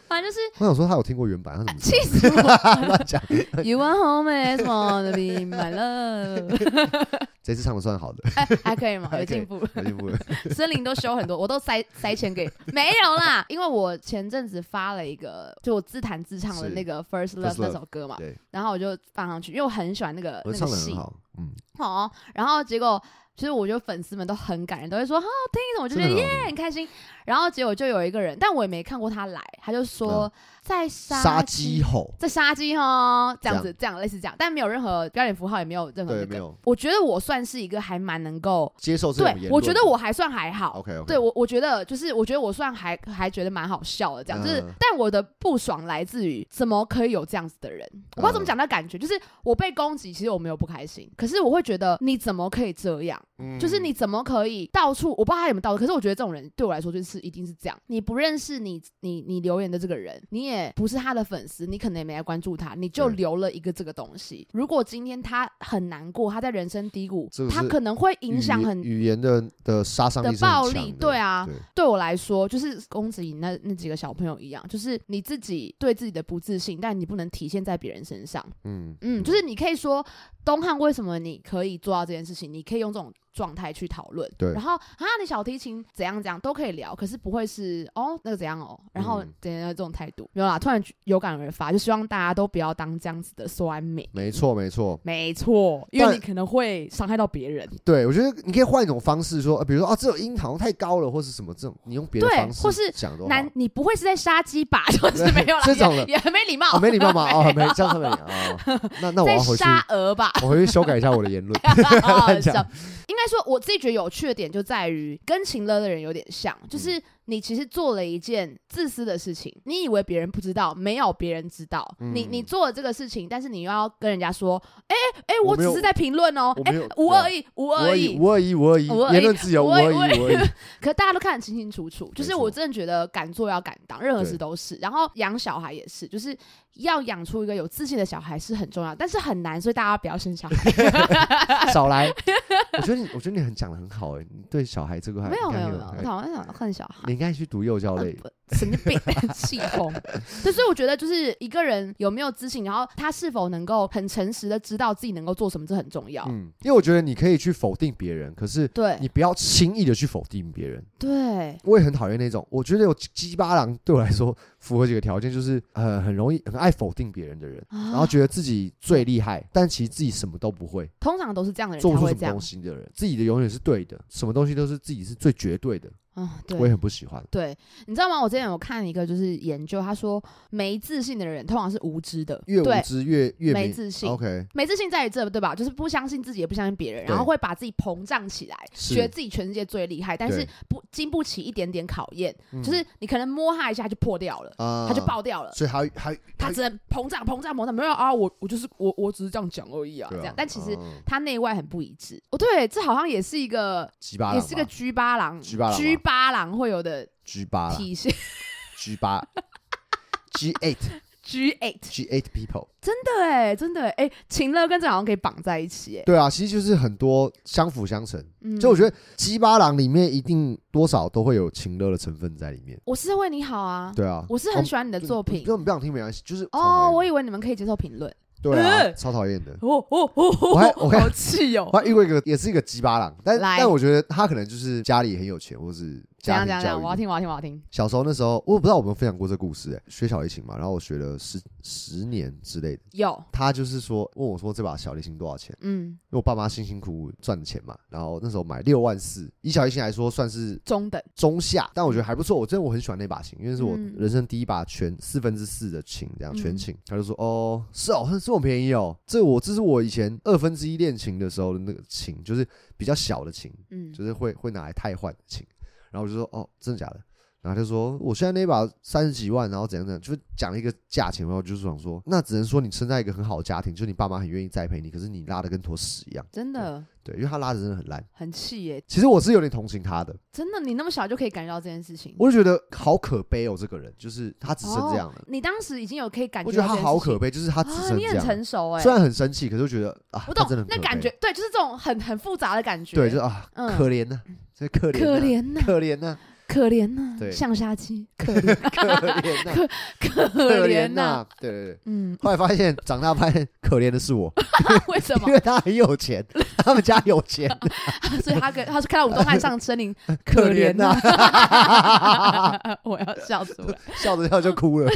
[SPEAKER 2] 反正就是
[SPEAKER 1] 我想说他有听过原版，他怎么知
[SPEAKER 2] 气死我
[SPEAKER 1] 道 乱讲？
[SPEAKER 2] ，You are home is wanna be my love，
[SPEAKER 1] 这次唱的算好的，
[SPEAKER 2] 哎、还可以吗？有
[SPEAKER 1] 还可以
[SPEAKER 2] 进步，
[SPEAKER 1] 有进步。
[SPEAKER 2] 森林都修很多，我都塞塞钱给，没有啦，因为我前阵子发了一个，就我自弹自唱的
[SPEAKER 1] 是
[SPEAKER 2] 那个 First Love
[SPEAKER 1] First
[SPEAKER 2] 那
[SPEAKER 1] Love，
[SPEAKER 2] 首歌嘛，
[SPEAKER 1] 对，
[SPEAKER 2] 然后我就放上去，因为我很喜欢那个
[SPEAKER 1] 我
[SPEAKER 2] 那个
[SPEAKER 1] 唱的
[SPEAKER 2] 戏
[SPEAKER 1] 很，好，嗯，
[SPEAKER 2] 哦，然后结果就是我觉得粉丝们都很感人，都会说好好听，我就觉
[SPEAKER 1] 真
[SPEAKER 2] 得
[SPEAKER 1] 的
[SPEAKER 2] 耶
[SPEAKER 1] 很好听
[SPEAKER 2] 很开心。然后结果就有一个人，但我也没看过他来，他就说、在杀
[SPEAKER 1] 嗯杀鸡吼，
[SPEAKER 2] 在杀鸡哦，这样
[SPEAKER 1] 这
[SPEAKER 2] 子，这样类似这样，但没有任何标点符号，也没有任何、那
[SPEAKER 1] 对，
[SPEAKER 2] 个。
[SPEAKER 1] 没有
[SPEAKER 2] 我觉得我算是一个还蛮能够，
[SPEAKER 1] 接受这种
[SPEAKER 2] 对
[SPEAKER 1] 言论。哦
[SPEAKER 2] 我觉得我还算还好。
[SPEAKER 1] OK OK，
[SPEAKER 2] 对我，我觉得就是，我觉得我算还还觉得蛮好笑的，这样、就是
[SPEAKER 1] 嗯，
[SPEAKER 2] 但我的不爽来自于怎么可以有这样子的人，我不知道怎
[SPEAKER 1] 嗯
[SPEAKER 2] 么讲那感觉，就是我被攻击，其实我没有不开心，可是我会觉得你怎么可以这样，
[SPEAKER 1] 嗯
[SPEAKER 2] 就是你怎么可以到处，我不知道他有没有到处，可是我觉得这种人对我来说就是一定是这样，你不认识你你你留言的这个人，你也不是他的粉丝，你可能也没来关注他，你就
[SPEAKER 1] 对
[SPEAKER 2] 留了一个这个东西。如果今天他很难过，他在人生低谷
[SPEAKER 1] 这，个
[SPEAKER 2] 他
[SPEAKER 1] 是
[SPEAKER 2] 可能会影响
[SPEAKER 1] 语
[SPEAKER 2] 很。
[SPEAKER 1] 语言的的杀伤力
[SPEAKER 2] 的
[SPEAKER 1] 是很
[SPEAKER 2] 暴
[SPEAKER 1] 强
[SPEAKER 2] 力
[SPEAKER 1] 的
[SPEAKER 2] 对啊
[SPEAKER 1] 对
[SPEAKER 2] 对我来说，就是公子颖那那几个小朋友一样，就是你自己对自己的不自信，但你不能体现在别人身上。
[SPEAKER 1] 嗯
[SPEAKER 2] 嗯，就是你可以说东汉为什么你可以做到这件事情，你可以用这种状态去讨论。
[SPEAKER 1] 对
[SPEAKER 2] 然后啊，你小提琴怎样怎样都可以聊，可是不会是哦那个怎样哦，然后
[SPEAKER 1] 嗯
[SPEAKER 2] 怎样这种态度没有啦。突然有感而发，就希望大家都不要当这样子的受安美。
[SPEAKER 1] 没错没错，
[SPEAKER 2] 没错，因为
[SPEAKER 1] 但
[SPEAKER 2] 你可能会伤害到别人，
[SPEAKER 1] 对我觉得你可以换一种方式说，呃、比如说啊，这种音好像太高了，或是什么这种，你用别的
[SPEAKER 2] 对
[SPEAKER 1] 方式
[SPEAKER 2] 或是
[SPEAKER 1] 讲都好
[SPEAKER 2] 男，你不会是在杀鸡吧？ 就是
[SPEAKER 1] 对
[SPEAKER 2] 没有啦，
[SPEAKER 1] 这种的
[SPEAKER 2] 也 也很没礼貌，
[SPEAKER 1] 啊，没礼貌 吗？哦，没这样才没礼貌哦。那那我
[SPEAKER 2] 在
[SPEAKER 1] 要回去，
[SPEAKER 2] 杀哦 鹅吧？
[SPEAKER 1] 我回去修改一下我的言 论。
[SPEAKER 2] 好好笑
[SPEAKER 1] 讲。
[SPEAKER 2] 应该说，我自己觉得有趣的点就在于跟情勒的人有点像，
[SPEAKER 1] 嗯
[SPEAKER 2] 就是你其实做了一件自私的事情，你以为别人不知道，没有别人知道，
[SPEAKER 1] 嗯
[SPEAKER 2] 你你做了这个事情，但是你又要跟人家说，哎、哎、
[SPEAKER 1] 我
[SPEAKER 2] 我
[SPEAKER 1] 没
[SPEAKER 2] 只
[SPEAKER 1] 有
[SPEAKER 2] 是在评论哦
[SPEAKER 1] 我，
[SPEAKER 2] 哎、
[SPEAKER 1] 没有
[SPEAKER 2] 无
[SPEAKER 1] 对啊
[SPEAKER 2] 恶意，无
[SPEAKER 1] 我
[SPEAKER 2] 恶
[SPEAKER 1] 而
[SPEAKER 2] 意
[SPEAKER 1] 已，。我而已，我而已，
[SPEAKER 2] 我而已
[SPEAKER 1] 言论自由，
[SPEAKER 2] 我
[SPEAKER 1] 我
[SPEAKER 2] 而已
[SPEAKER 1] 而已，我而已。
[SPEAKER 2] 可大家都看得清清楚楚，就是
[SPEAKER 1] 没错
[SPEAKER 2] 我真的觉得敢做要敢当，任何
[SPEAKER 1] 对
[SPEAKER 2] 事都是。然后养小孩也是，就是要养出一个有自信的小孩是很重要，但是很难，所以大家不要生小孩。
[SPEAKER 1] 少来。我觉得你，我觉得你很讲的很好哎，你对小孩这个还
[SPEAKER 2] 没有
[SPEAKER 1] 应
[SPEAKER 2] 没
[SPEAKER 1] 该
[SPEAKER 2] 有
[SPEAKER 1] 很
[SPEAKER 2] 没
[SPEAKER 1] 有
[SPEAKER 2] 有，
[SPEAKER 1] 很
[SPEAKER 2] 我好像想恨小孩
[SPEAKER 1] 你。应该去读幼教 类。
[SPEAKER 2] 呃不神经病，气 疯。对，所以我觉得就是一个人有没有自信，然后他是否能够很诚实的知道自己能够做什么，这很重要。
[SPEAKER 1] 嗯，因为我觉得你可以去否定别人，可是
[SPEAKER 2] 对
[SPEAKER 1] 你不要轻易的去否定别人。
[SPEAKER 2] 对，
[SPEAKER 1] 我也很讨厌那种，我觉得有鸡巴狼对我来说符合几个条件，就是呃很容易很爱否定别人的人，
[SPEAKER 2] 然
[SPEAKER 1] 然后觉得自己最厉害，但其实自己什么都不会，
[SPEAKER 2] 通常都是这样的人
[SPEAKER 1] 做
[SPEAKER 2] 才
[SPEAKER 1] 不出
[SPEAKER 2] 会
[SPEAKER 1] 什么
[SPEAKER 2] 这样
[SPEAKER 1] 东。西的人，自己的永远是对的，什么东西都是自己是最绝对的，
[SPEAKER 2] 嗯，
[SPEAKER 1] 我也
[SPEAKER 2] 对。
[SPEAKER 1] 很不喜欢。
[SPEAKER 2] 对，你知道吗？我之前有看一个就是研究，他说没自信的人通常是无知的，
[SPEAKER 1] 越
[SPEAKER 2] 对
[SPEAKER 1] 无知越越
[SPEAKER 2] 没
[SPEAKER 1] 明
[SPEAKER 2] 自信
[SPEAKER 1] OK，
[SPEAKER 2] 没自信在于这，对吧？就是不相信自己，也不相信别人，
[SPEAKER 1] 对
[SPEAKER 2] 然后会把自己膨胀起来，
[SPEAKER 1] 是
[SPEAKER 2] 觉得自己全世界最厉害，但是
[SPEAKER 1] 对
[SPEAKER 2] 不经不起一点点考验，
[SPEAKER 1] 嗯
[SPEAKER 2] 就是你可能摸他一下就破掉了，
[SPEAKER 1] 啊
[SPEAKER 2] 他就，爆掉了。
[SPEAKER 1] 所以他他
[SPEAKER 2] 他只能膨胀、膨胀、膨胀，没有啊，我我就是我我只是这样讲而已啊，
[SPEAKER 1] 对啊
[SPEAKER 2] 这样，但其实。
[SPEAKER 1] 嗯
[SPEAKER 2] 他内外很不一致哦，对，这好像也是一个，
[SPEAKER 1] 鸡巴
[SPEAKER 2] 也
[SPEAKER 1] 狼
[SPEAKER 2] 是个
[SPEAKER 1] 吧
[SPEAKER 2] G 八郎
[SPEAKER 1] 居八郎吧
[SPEAKER 2] 居八郎会有的
[SPEAKER 1] G 八啦
[SPEAKER 2] 体现
[SPEAKER 1] G 八 G eight
[SPEAKER 2] G eight，
[SPEAKER 1] G eight people。
[SPEAKER 2] 真的哎，真的哎，秦乐跟这好像可以绑在一起哎，
[SPEAKER 1] 对啊，其实就是很多相辅相成。
[SPEAKER 2] 嗯，
[SPEAKER 1] 就我觉得《鸡巴狼》里面一定多少都会有情乐的成分在里面。
[SPEAKER 2] 我是为你好啊，
[SPEAKER 1] 对啊，
[SPEAKER 2] 我是很喜欢你的作品
[SPEAKER 1] 根本不想听没关系，就是
[SPEAKER 2] 哦，我
[SPEAKER 1] 也
[SPEAKER 2] 以为你们可以接受评论，
[SPEAKER 1] 对啊，
[SPEAKER 2] 呃
[SPEAKER 1] 超讨厌的。
[SPEAKER 2] 哦哦哦，
[SPEAKER 1] 我还我还
[SPEAKER 2] 好气哦
[SPEAKER 1] 我，还遇过一个也是一个鸡巴狼，但
[SPEAKER 2] 来
[SPEAKER 1] 但我觉得他可能就是家里很有钱，或是
[SPEAKER 2] 怎
[SPEAKER 1] 家
[SPEAKER 2] 样怎
[SPEAKER 1] 庭
[SPEAKER 2] 样怎样，我
[SPEAKER 1] 教
[SPEAKER 2] 要
[SPEAKER 1] 育。
[SPEAKER 2] 听我要听我要听，
[SPEAKER 1] 小时候那时候，我也不知道我们分享过这故事、欸，学小提琴嘛，然后我学了十十年之类的。
[SPEAKER 2] 有，
[SPEAKER 1] 他就是说问我说这把小提琴多少钱，
[SPEAKER 2] 嗯，
[SPEAKER 1] 因为我爸妈辛辛苦苦赚的钱嘛，然后那时候买六万四，以小提琴来说算是
[SPEAKER 2] 中等，
[SPEAKER 1] 中下，但我觉得还不错。我真的我很喜欢那把琴，因为是我
[SPEAKER 2] 嗯
[SPEAKER 1] 人生第一把全四分之四的琴，这样
[SPEAKER 2] 嗯
[SPEAKER 1] 全琴。他就说：“哦，是哦，这么便宜哦，这我这是我以前二分之一练琴的时候的那个琴，就是比较小的琴，
[SPEAKER 2] 嗯，
[SPEAKER 1] 就是会会拿来汰换的琴。”然后我就说：“哦，真的假的？”然后他就说：“我现在那把三十几万，然后怎样怎样，就是讲了一个价钱。”然后我就是想说，那只能说你生在一个很好的家庭，就是你爸妈很愿意栽培你，可是你拉的跟坨屎一样。
[SPEAKER 2] 真的
[SPEAKER 1] 对，因为他拉的真的很烂。
[SPEAKER 2] 很气耶，
[SPEAKER 1] 其实我是有点同情他的，
[SPEAKER 2] 真的，你那么小就可以感觉到这件事情。
[SPEAKER 1] 我就觉得好可悲哦，这个人就是他只剩这样了，
[SPEAKER 2] 你当时已经有可以感
[SPEAKER 1] 我觉
[SPEAKER 2] 到
[SPEAKER 1] 得他
[SPEAKER 2] 这件
[SPEAKER 1] 好
[SPEAKER 2] 事情
[SPEAKER 1] 可悲，就是他只
[SPEAKER 2] 啊，
[SPEAKER 1] 剩
[SPEAKER 2] 你
[SPEAKER 1] 这
[SPEAKER 2] 很
[SPEAKER 1] 样。
[SPEAKER 2] 成熟哎、
[SPEAKER 1] 虽然很生气，可是我觉得啊，
[SPEAKER 2] 我
[SPEAKER 1] 他真的
[SPEAKER 2] 懂
[SPEAKER 1] 很可
[SPEAKER 2] 那
[SPEAKER 1] 悲
[SPEAKER 2] 感觉，，对，就是这种很很复杂的感觉，
[SPEAKER 1] 对，就是啊，
[SPEAKER 2] 嗯
[SPEAKER 1] 可怜呐，这可怜，
[SPEAKER 2] 可，怜呐、
[SPEAKER 1] 可怜呐，
[SPEAKER 2] 可怜呐、
[SPEAKER 1] 对
[SPEAKER 2] 像杀鸡，可怜，
[SPEAKER 1] 可 怜 呐，
[SPEAKER 2] 可
[SPEAKER 1] 可怜
[SPEAKER 2] 怜呐、
[SPEAKER 1] 呐，对对对。
[SPEAKER 2] 嗯，
[SPEAKER 1] 后来发现，长大发现可怜的是我，
[SPEAKER 2] 为什
[SPEAKER 1] 因
[SPEAKER 2] 么？
[SPEAKER 1] 为他很有钱，他们家有 钱，
[SPEAKER 2] 所以他跟他是看到武东汉上森林，
[SPEAKER 1] 可
[SPEAKER 2] 怜
[SPEAKER 1] 怜呐，
[SPEAKER 2] 我要笑出来，
[SPEAKER 1] 笑着笑着就哭了。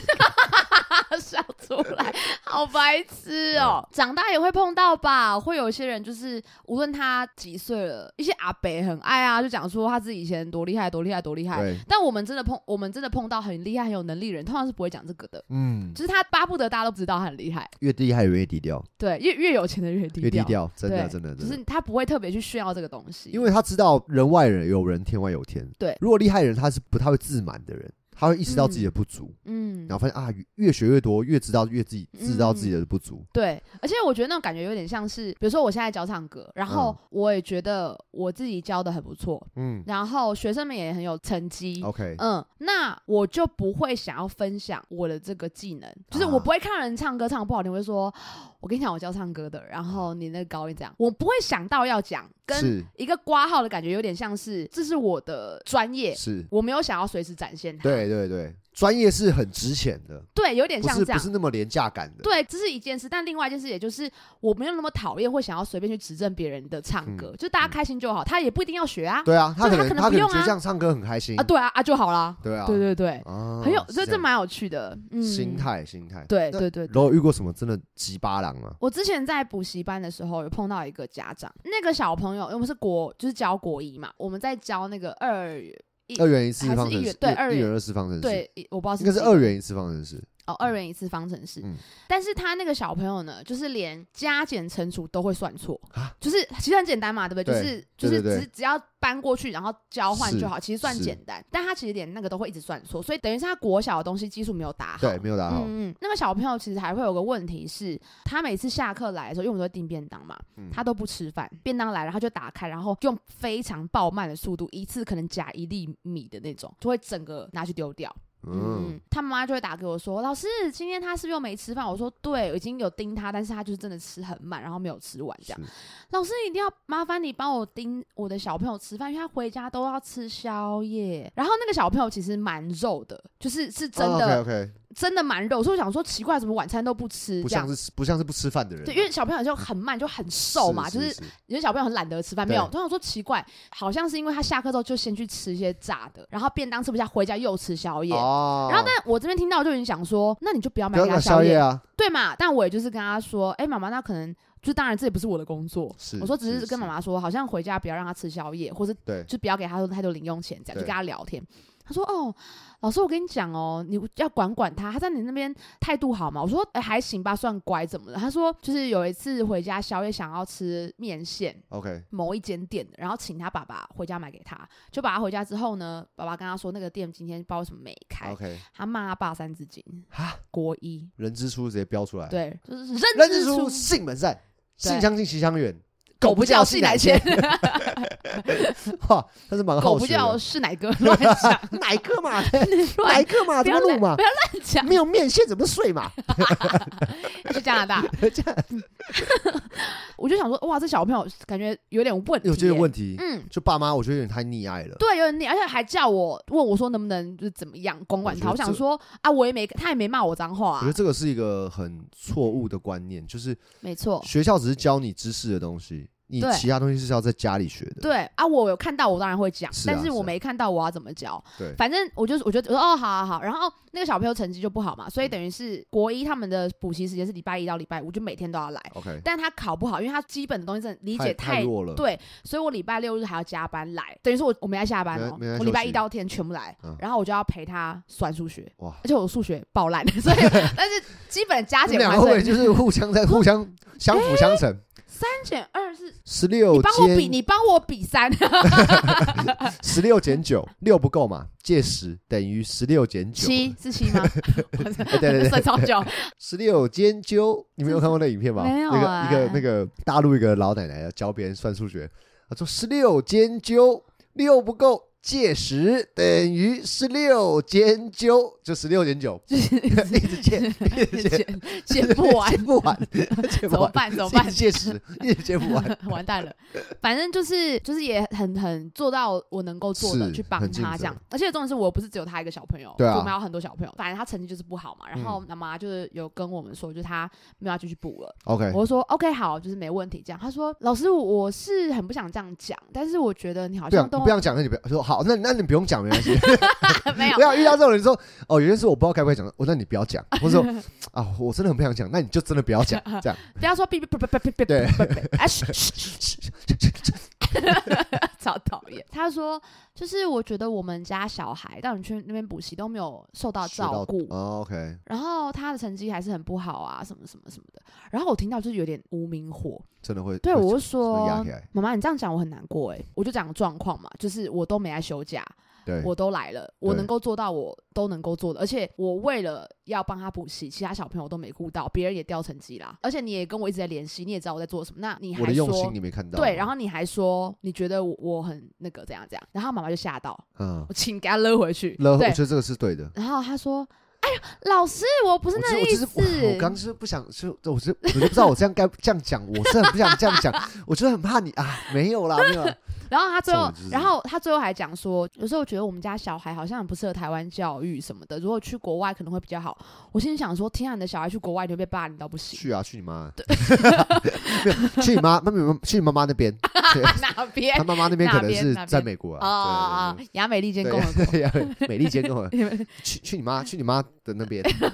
[SPEAKER 2] 笑出来，好好白痴哦、长大也会碰到吧？会有一些人就是无论他几岁了，一些阿伯很爱啊，就讲说他自己以前多厉害，多厉害，多厉害。
[SPEAKER 1] 对，
[SPEAKER 2] 但我们真的碰，我们真的碰到很厉害、很有能力的人，通常是不会讲这个的。
[SPEAKER 1] 嗯，
[SPEAKER 2] 就是他巴不得大家都不知道他很厉害，
[SPEAKER 1] 越厉害越低调，
[SPEAKER 2] 对，越越有钱的越低
[SPEAKER 1] 越低
[SPEAKER 2] 调，
[SPEAKER 1] 调，真的
[SPEAKER 2] 对
[SPEAKER 1] 真的
[SPEAKER 2] 就
[SPEAKER 1] 真的，
[SPEAKER 2] 是他不会特别去炫耀这个东西，
[SPEAKER 1] 因为他知道人外人有人，天外有天。
[SPEAKER 2] 对
[SPEAKER 1] 如果厉害的人他是不太会自满的人，他会意识到自己的不足，
[SPEAKER 2] 嗯
[SPEAKER 1] 然，后发现啊，越学越多，越知道越自己
[SPEAKER 2] 嗯
[SPEAKER 1] 知道自己的不足。
[SPEAKER 2] 对，而且我觉得那种感觉有点像是，比如说我现在教唱歌，然后我也觉得我自己教的很不错，
[SPEAKER 1] 嗯
[SPEAKER 2] 然后学生们也很有成绩。
[SPEAKER 1] ，OK，
[SPEAKER 2] 嗯，那我就不会想要分享我的这个技能，就是我
[SPEAKER 1] 啊
[SPEAKER 2] 不会看到人唱歌唱得不好听，我会说，我跟你讲，我教唱歌的，然后你那个高音怎样，我不会想到要讲，跟
[SPEAKER 1] 是
[SPEAKER 2] 一个挂号的感觉有点像是，这是我的专业，
[SPEAKER 1] 是，
[SPEAKER 2] 我没有想要随时展现它，
[SPEAKER 1] 对对对，专业是很值钱的，
[SPEAKER 2] 对，有点
[SPEAKER 1] 不
[SPEAKER 2] 像
[SPEAKER 1] 是
[SPEAKER 2] 这
[SPEAKER 1] 不
[SPEAKER 2] 样，
[SPEAKER 1] 是那么廉价感的。
[SPEAKER 2] 对，这是一件事，但另外一件事，也就是我没有那么讨厌，会想要随便去指正别人的
[SPEAKER 1] 嗯
[SPEAKER 2] 唱歌，就大家开心就好，他也不一定要学啊，
[SPEAKER 1] 对啊，他可
[SPEAKER 2] 就他
[SPEAKER 1] 能
[SPEAKER 2] 可能
[SPEAKER 1] 他
[SPEAKER 2] 不
[SPEAKER 1] 可能
[SPEAKER 2] 用
[SPEAKER 1] 觉得
[SPEAKER 2] 啊
[SPEAKER 1] 这样唱歌很开心
[SPEAKER 2] 啊，，对啊，啊就好啦，
[SPEAKER 1] 对啊，
[SPEAKER 2] 对对对，
[SPEAKER 1] 啊，
[SPEAKER 2] 很有，
[SPEAKER 1] 是
[SPEAKER 2] 这
[SPEAKER 1] 这
[SPEAKER 2] 这
[SPEAKER 1] 样
[SPEAKER 2] 蛮有趣的，嗯，
[SPEAKER 1] 心，态心态。
[SPEAKER 2] 对
[SPEAKER 1] 那
[SPEAKER 2] 对对对
[SPEAKER 1] 然后遇过什么真的鸡巴狼吗？
[SPEAKER 2] 我之前在补习班的时候，有碰到一个家长，那个小朋友，因为我们是国，就是教国一嘛，我们在教那个二元，一
[SPEAKER 1] 二元一次方程
[SPEAKER 2] 还是一
[SPEAKER 1] 式
[SPEAKER 2] 元，对二
[SPEAKER 1] 一
[SPEAKER 2] 元
[SPEAKER 1] 元二次方程式，
[SPEAKER 2] 对，我不知道是
[SPEAKER 1] 应该是
[SPEAKER 2] 几
[SPEAKER 1] 二元一次方程式。
[SPEAKER 2] 哦，二元一次方程式。
[SPEAKER 1] 嗯
[SPEAKER 2] 但是他那个小朋友呢，就是连加减乘除都会算错
[SPEAKER 1] 啊，
[SPEAKER 2] 就是其实很简单嘛，对不
[SPEAKER 1] 对
[SPEAKER 2] 对？就是就是
[SPEAKER 1] 对对对
[SPEAKER 2] 只只要搬过去，然后交换
[SPEAKER 1] 是
[SPEAKER 2] 就好，其实算
[SPEAKER 1] 是
[SPEAKER 2] 简单。但他其实连那个都会一直算错，所以等于是他国小的东西基础没有打好。
[SPEAKER 1] 对，没有打好。
[SPEAKER 2] 嗯嗯，那个小朋友其实还会有个问题是，他每次下课来的时候，因为我们都会订便当嘛，
[SPEAKER 1] 嗯
[SPEAKER 2] 他都不吃饭，便当来了他就打开，然后用非常爆慢的速度，一次可能夹一粒米的那种，就会整个拿去丢掉。
[SPEAKER 1] 嗯
[SPEAKER 2] 嗯，，他妈妈就会打给我说：“老师，今天他是不是又没吃饭？”我说：“对，我已经有盯他，但是他就是真的吃很慢，然后没有吃完这样。
[SPEAKER 1] 是”
[SPEAKER 2] 老师，一定要麻烦你帮我盯我的小朋友吃饭，因为他回家都要吃宵夜。然后那个小朋友其实蛮肉的，就是是真
[SPEAKER 1] OK
[SPEAKER 2] 的、
[SPEAKER 1] OK，
[SPEAKER 2] 真的蛮肉，所以我想说奇怪，怎么晚餐都不吃
[SPEAKER 1] 不
[SPEAKER 2] 这样？
[SPEAKER 1] 像是不像是不吃饭的人啊，
[SPEAKER 2] 对，因为小朋友就很慢，就很瘦嘛，就是
[SPEAKER 1] 是
[SPEAKER 2] 有些小朋友很懒得吃饭，
[SPEAKER 1] 对
[SPEAKER 2] 没有。通常说奇怪，好像是因为他下课之后就先去吃一些炸的，然后便当吃不下，回家又吃宵夜。
[SPEAKER 1] 哦，
[SPEAKER 2] 然后，但我这边听到就已经想说，那你就不要买
[SPEAKER 1] 不要
[SPEAKER 2] 给
[SPEAKER 1] 打
[SPEAKER 2] 他
[SPEAKER 1] 宵
[SPEAKER 2] 宵
[SPEAKER 1] 夜
[SPEAKER 2] 夜，
[SPEAKER 1] 啊，
[SPEAKER 2] 对嘛？但我也就是跟他说，哎、妈妈，那可能就当然这也不是我的工作，
[SPEAKER 1] 是
[SPEAKER 2] 我说只是跟妈妈说，好像回家不要让他吃宵夜，或是
[SPEAKER 1] 对
[SPEAKER 2] 就不要给他太多零用钱，这样
[SPEAKER 1] 对
[SPEAKER 2] 就跟他聊天。他说：“哦，老师，我跟你讲哦，你要管管他，他在你那边态度好吗？”我说：“哎、还行吧，算乖怎么了？”他说：“就是有一次回家宵夜想要吃面线，
[SPEAKER 1] OK，
[SPEAKER 2] 某一间店的，然后请他爸爸回家买给他。就把他回家之后呢，爸爸跟他说那个店今天不知道为什么没开，
[SPEAKER 1] OK，
[SPEAKER 2] 他骂他爸三字经，
[SPEAKER 1] 哈，哎
[SPEAKER 2] 国一，
[SPEAKER 1] 人之初直接标出来，，
[SPEAKER 2] 对，就是
[SPEAKER 1] 人
[SPEAKER 2] 认
[SPEAKER 1] 之
[SPEAKER 2] 知
[SPEAKER 1] 初
[SPEAKER 2] 出
[SPEAKER 1] 性本善，
[SPEAKER 2] 对
[SPEAKER 1] 性相近，习相远，
[SPEAKER 2] 狗不叫
[SPEAKER 1] 性
[SPEAKER 2] 是乃迁，
[SPEAKER 1] 哇，但是蛮
[SPEAKER 2] 狗
[SPEAKER 1] 好
[SPEAKER 2] 不
[SPEAKER 1] 学哦
[SPEAKER 2] 叫
[SPEAKER 1] 的，
[SPEAKER 2] 是哪个 乱讲
[SPEAKER 1] 哪一个嘛， 哪
[SPEAKER 2] 乱
[SPEAKER 1] 一个嘛，
[SPEAKER 2] 不
[SPEAKER 1] 怎
[SPEAKER 2] 要
[SPEAKER 1] 么录
[SPEAKER 2] 乱
[SPEAKER 1] 嘛
[SPEAKER 2] 不，要乱讲，
[SPEAKER 1] 没有面线怎么睡嘛？
[SPEAKER 2] 去加 拿大，
[SPEAKER 1] 这样
[SPEAKER 2] 我就想说，哇，这小朋友感觉有点问题，
[SPEAKER 1] 有这个，问题，
[SPEAKER 2] 嗯。
[SPEAKER 1] 就爸妈，我觉得有点太溺爱了。
[SPEAKER 2] 对，有点腻，而且还叫我问我说能不能就是怎么样管管他。
[SPEAKER 1] 我
[SPEAKER 2] 我
[SPEAKER 1] 觉得
[SPEAKER 2] 想
[SPEAKER 1] 这
[SPEAKER 2] 说啊，我也没他也没骂我脏话、
[SPEAKER 1] 我觉得
[SPEAKER 2] 啊，
[SPEAKER 1] 这个是一个很错误的观念，就是
[SPEAKER 2] 没错，
[SPEAKER 1] 学校只是教你知识的东西，你
[SPEAKER 2] 哦对
[SPEAKER 1] 其他东西是要在家里学的。
[SPEAKER 2] 对啊，我有看到我当然会讲，
[SPEAKER 1] 是啊
[SPEAKER 2] 但是
[SPEAKER 1] 是
[SPEAKER 2] 我
[SPEAKER 1] 啊
[SPEAKER 2] 没看到我要怎么教。
[SPEAKER 1] 对
[SPEAKER 2] 反正我就是我觉得我说哦，好好好，然后那个小朋友成绩就不好嘛，
[SPEAKER 1] 嗯
[SPEAKER 2] 所以等于是国一他们的补习时间是礼拜一到礼拜五，就每天都要来。
[SPEAKER 1] ，OK，
[SPEAKER 2] 但他考不好，因为他基本的东西真的理
[SPEAKER 1] 太
[SPEAKER 2] 解
[SPEAKER 1] 太弱了。
[SPEAKER 2] 对，所以我礼拜六日还要加班来，等于说我我没在下班哦
[SPEAKER 1] 没没在，
[SPEAKER 2] 我礼拜
[SPEAKER 1] 休息
[SPEAKER 2] 一到天全部来，
[SPEAKER 1] 嗯
[SPEAKER 2] 然后我就要陪他算数学，
[SPEAKER 1] 哇
[SPEAKER 2] 而且我数学爆烂， 所以但是基本加
[SPEAKER 1] 你们
[SPEAKER 2] 减
[SPEAKER 1] 两
[SPEAKER 2] 完
[SPEAKER 1] 个会不会
[SPEAKER 2] 成
[SPEAKER 1] 就是互相在互相相辅相成？
[SPEAKER 2] 三减二是，
[SPEAKER 1] 十
[SPEAKER 2] 你
[SPEAKER 1] 六
[SPEAKER 2] 帮我比，
[SPEAKER 1] 减
[SPEAKER 2] 你帮我比三，
[SPEAKER 1] 十六减九，六不够嘛？借十等于十六减九。
[SPEAKER 2] 七是七 吗？
[SPEAKER 1] 哎对对对，
[SPEAKER 2] 算超久，
[SPEAKER 1] 十六减九，你们有看过那影片吗？
[SPEAKER 2] 没有
[SPEAKER 1] 那个
[SPEAKER 2] 啊
[SPEAKER 1] 一个那个大陆一个老奶奶教别人算数学，她说十六减九，六不够。借十等于十六减九，就十六减九， 一直借，一直借，
[SPEAKER 2] 减减不 完，
[SPEAKER 1] 借不完，借
[SPEAKER 2] 怎
[SPEAKER 1] 不
[SPEAKER 2] 么
[SPEAKER 1] 完，
[SPEAKER 2] 办？怎么
[SPEAKER 1] 一
[SPEAKER 2] 办
[SPEAKER 1] 直？借十，一直借不完，
[SPEAKER 2] 完蛋了，反正就是就是也很很做到我能够做的
[SPEAKER 1] 是
[SPEAKER 2] 去帮
[SPEAKER 1] 很尽
[SPEAKER 2] 他
[SPEAKER 1] 责
[SPEAKER 2] 这样，而且重点是我不是只有他一个小朋友，
[SPEAKER 1] 对啊嗯
[SPEAKER 2] 我们还有很多小朋友，反正他成绩就是不好嘛。然后妈妈就是有跟我们说，就是他没有要继续补了。
[SPEAKER 1] OK，
[SPEAKER 2] 我就说 OK 好，就是没问题这样。他说老师我是很不想这样讲，但是我觉得你好
[SPEAKER 1] 不想
[SPEAKER 2] 像
[SPEAKER 1] 你
[SPEAKER 2] 都
[SPEAKER 1] 不想讲，那你不要说好，那那你不用讲没关系。
[SPEAKER 2] 没有
[SPEAKER 1] 不， 要遇到这种人说哦，有些事我不知道该不该讲，我那你不要讲，或者说 啊，我真的很不想讲，那你就真的不要讲，这样
[SPEAKER 2] 不要说哔哔哔哔哔哔
[SPEAKER 1] 对
[SPEAKER 2] 哔哔哔，啊嘘嘘嘘嘘 超讨厌。他说，就是我觉得我们家小孩到你去那边补习都没有受到
[SPEAKER 1] 学到
[SPEAKER 2] 照顾，
[SPEAKER 1] 哦，OK，
[SPEAKER 2] 然后他的成绩还是很不好啊，什么什么什么的。然后我听到就是有点无名火，
[SPEAKER 1] 真的会
[SPEAKER 2] 对
[SPEAKER 1] 会
[SPEAKER 2] 我就
[SPEAKER 1] 会压啊
[SPEAKER 2] 说
[SPEAKER 1] 起。来，
[SPEAKER 2] 妈妈，你这样讲我很难过哎、我就讲状况嘛，就是我都没来休假，
[SPEAKER 1] 对，
[SPEAKER 2] 我都来了，我
[SPEAKER 1] 对
[SPEAKER 2] 能够做到我都能够做的，而且我为了要帮他补习，其他小朋友都没顾到，别人也掉成绩啦，而且你也跟我一直在联系，你也知道我在做什么，那你
[SPEAKER 1] 我
[SPEAKER 2] 还
[SPEAKER 1] 的用心
[SPEAKER 2] 说
[SPEAKER 1] 你没看到，
[SPEAKER 2] 对，然后你还说你觉得我我很那个怎样怎样，然后妈妈就吓到，
[SPEAKER 1] 嗯，
[SPEAKER 2] 我请给他勒回去，
[SPEAKER 1] 然后我
[SPEAKER 2] 对
[SPEAKER 1] 觉，得这个是对的。
[SPEAKER 2] 然后他说，哎呀，老师，我不是
[SPEAKER 1] 我
[SPEAKER 2] 那个
[SPEAKER 1] 我
[SPEAKER 2] 意
[SPEAKER 1] 其
[SPEAKER 2] 思
[SPEAKER 1] 实，我我刚是不想，是我是我就不知道我这样该这样讲，我是很不想这样讲，我觉得很怕你啊，没有啦，没有 啦，
[SPEAKER 2] 然后他最后
[SPEAKER 1] 重点就是，
[SPEAKER 2] 然后他最后还讲说，有时候我觉得我们家小孩好像很不适合台湾教育什么的，如果去国外可能会比较好。我心里想说，天啊，你的小孩去国外你会被霸凌到不行，
[SPEAKER 1] 去啊，去你妈， 没有去你妈，妈咪去你妈妈那边， 对
[SPEAKER 2] 哪边
[SPEAKER 1] 他？妈妈那边可能是
[SPEAKER 2] 哪边
[SPEAKER 1] 在美国啊
[SPEAKER 2] 啊，，亚美利坚共和国。
[SPEAKER 1] 对对对对 美利坚共和，去去你妈，去你妈的那边，
[SPEAKER 2] 反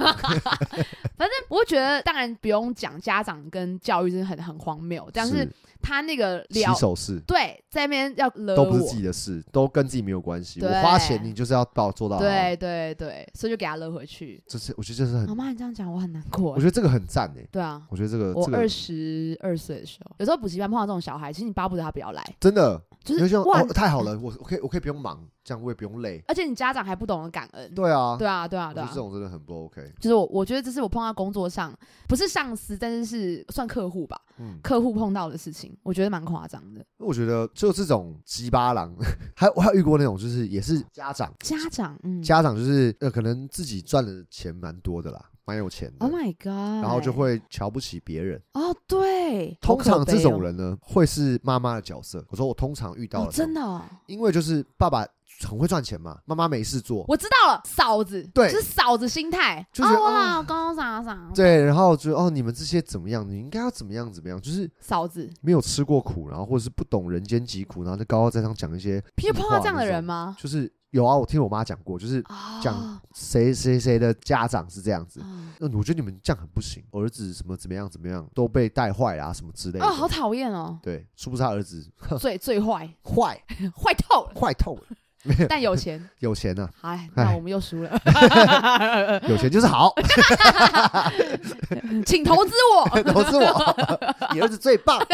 [SPEAKER 2] 正我觉得，当然不用讲家长跟教育真的很很荒谬，但是他那个
[SPEAKER 1] 起
[SPEAKER 2] 聊
[SPEAKER 1] 手式
[SPEAKER 2] 对在那边要勒
[SPEAKER 1] 都不是自
[SPEAKER 2] 我，
[SPEAKER 1] 己的事，都跟自己没有关系，
[SPEAKER 2] 对
[SPEAKER 1] 我花钱你就是要把我做到好，
[SPEAKER 2] 对对对，所以就给他勒回去。
[SPEAKER 1] 这是我觉得这是很
[SPEAKER 2] 妈，妈，你这样讲我很难过
[SPEAKER 1] 我觉。得这个很赞诶，
[SPEAKER 2] 对啊，
[SPEAKER 1] 我觉得这个
[SPEAKER 2] 我
[SPEAKER 1] 这
[SPEAKER 2] 二
[SPEAKER 1] 个
[SPEAKER 2] 十二岁的时候，有时候补习班碰到这种小孩，其实你巴不得他不要来，
[SPEAKER 1] 真的。
[SPEAKER 2] 就
[SPEAKER 1] 你就是像
[SPEAKER 2] 哇
[SPEAKER 1] 哦，，太好了，我我可以我可以不用忙，这样我也不用累。
[SPEAKER 2] 而且你家长还不懂得感恩。
[SPEAKER 1] 对啊，
[SPEAKER 2] 对啊，对
[SPEAKER 1] 我
[SPEAKER 2] 啊，
[SPEAKER 1] 觉得
[SPEAKER 2] 对啊
[SPEAKER 1] 这。种真的很不 OK。
[SPEAKER 2] 就是我，我觉得这是我碰到工作上不是上司，但是是算客户吧，
[SPEAKER 1] 嗯，
[SPEAKER 2] 客户碰到的事情，我觉得蛮夸张的。
[SPEAKER 1] 我觉得就这种鸡巴狼，还有我还有遇过那种就是也是家长，
[SPEAKER 2] 家长，嗯
[SPEAKER 1] 家长就是呃可能自己赚的钱蛮多的啦，蛮有钱的
[SPEAKER 2] ，Oh，my god，
[SPEAKER 1] 然后就会瞧不起别人。
[SPEAKER 2] 哦，对，好
[SPEAKER 1] 通
[SPEAKER 2] 可
[SPEAKER 1] 常这
[SPEAKER 2] 悲
[SPEAKER 1] 种
[SPEAKER 2] 哦
[SPEAKER 1] 人呢，会是妈妈的角色。我说我通常遇到
[SPEAKER 2] 哦
[SPEAKER 1] 了，
[SPEAKER 2] 真，的哦，
[SPEAKER 1] 因为就是爸爸很会赚钱嘛，妈妈没事做，
[SPEAKER 2] 我知道了，嫂子，
[SPEAKER 1] 对
[SPEAKER 2] 就是嫂子心态，
[SPEAKER 1] 就是
[SPEAKER 2] 哦，我
[SPEAKER 1] 啊
[SPEAKER 2] 老公啥啥，
[SPEAKER 1] 对，然后就哦你们这些怎么样，你应该要怎么样怎么样，就是
[SPEAKER 2] 嫂子，
[SPEAKER 1] 没有吃过苦，然后或者是不懂人间疾苦，然后就高高在上讲一些
[SPEAKER 2] 你有碰到这样的人
[SPEAKER 1] 吗？
[SPEAKER 2] 吗？
[SPEAKER 1] 就是有啊，我听我妈讲过，就是
[SPEAKER 2] 啊
[SPEAKER 1] 讲谁谁谁的家长是这样子。
[SPEAKER 2] 啊
[SPEAKER 1] 那我觉得你们这样很不行，儿子什么怎么样怎么样都被带坏啦、什么之类的。
[SPEAKER 2] 哦，好讨厌哦，
[SPEAKER 1] 对，殊不知他儿 子
[SPEAKER 2] 最最坏，
[SPEAKER 1] 坏
[SPEAKER 2] 坏透 了，
[SPEAKER 1] 坏透了，
[SPEAKER 2] 但有钱，
[SPEAKER 1] 有钱呐、
[SPEAKER 2] 哎，
[SPEAKER 1] 哎
[SPEAKER 2] 那我们又输了，
[SPEAKER 1] 有钱就是好，
[SPEAKER 2] 请投资我。
[SPEAKER 1] 投资我， 你儿子最棒，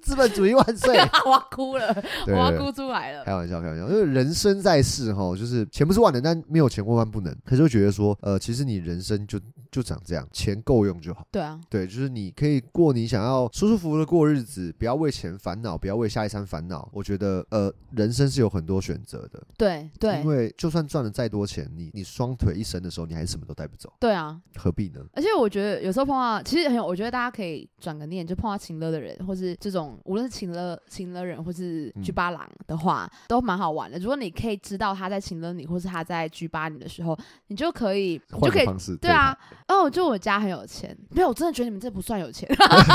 [SPEAKER 1] 资本主义万 岁！
[SPEAKER 2] 我要哭了，我
[SPEAKER 1] 对哎
[SPEAKER 2] 要
[SPEAKER 1] 对对
[SPEAKER 2] 哭出来了。
[SPEAKER 1] 开玩笑，开玩笑，因为人生在世哈，就是钱不是万能，但没有钱万万不能。可是会觉得说，呃，其实你人生就就长这样，钱够用就好。
[SPEAKER 2] 对啊，
[SPEAKER 1] 对，就是你可以过你想要舒舒服服的过日子，不要为钱烦恼，不要为下一餐烦恼。我觉得，呃，人生是有很多选择的，
[SPEAKER 2] 对对
[SPEAKER 1] 因为就算赚了再多钱，你你双腿一伸的时候，你还是什么都带不走，
[SPEAKER 2] 对啊，
[SPEAKER 1] 何必呢？
[SPEAKER 2] 而且我觉得有时候碰到，其实很有，我觉得大家可以转个念，就碰到情勒的人，或是这种无论是情勒、情勒人，或是
[SPEAKER 1] 嗯
[SPEAKER 2] 居巴狼的话，都蛮好玩的。如果你可以知道他在情勒你，或是他在居巴你的时候，你就可以，你就
[SPEAKER 1] 换
[SPEAKER 2] 可
[SPEAKER 1] 个
[SPEAKER 2] 以。
[SPEAKER 1] 方式，
[SPEAKER 2] 对啊，哦，就我家很有钱，没有，我真的觉得你们这不算有 钱，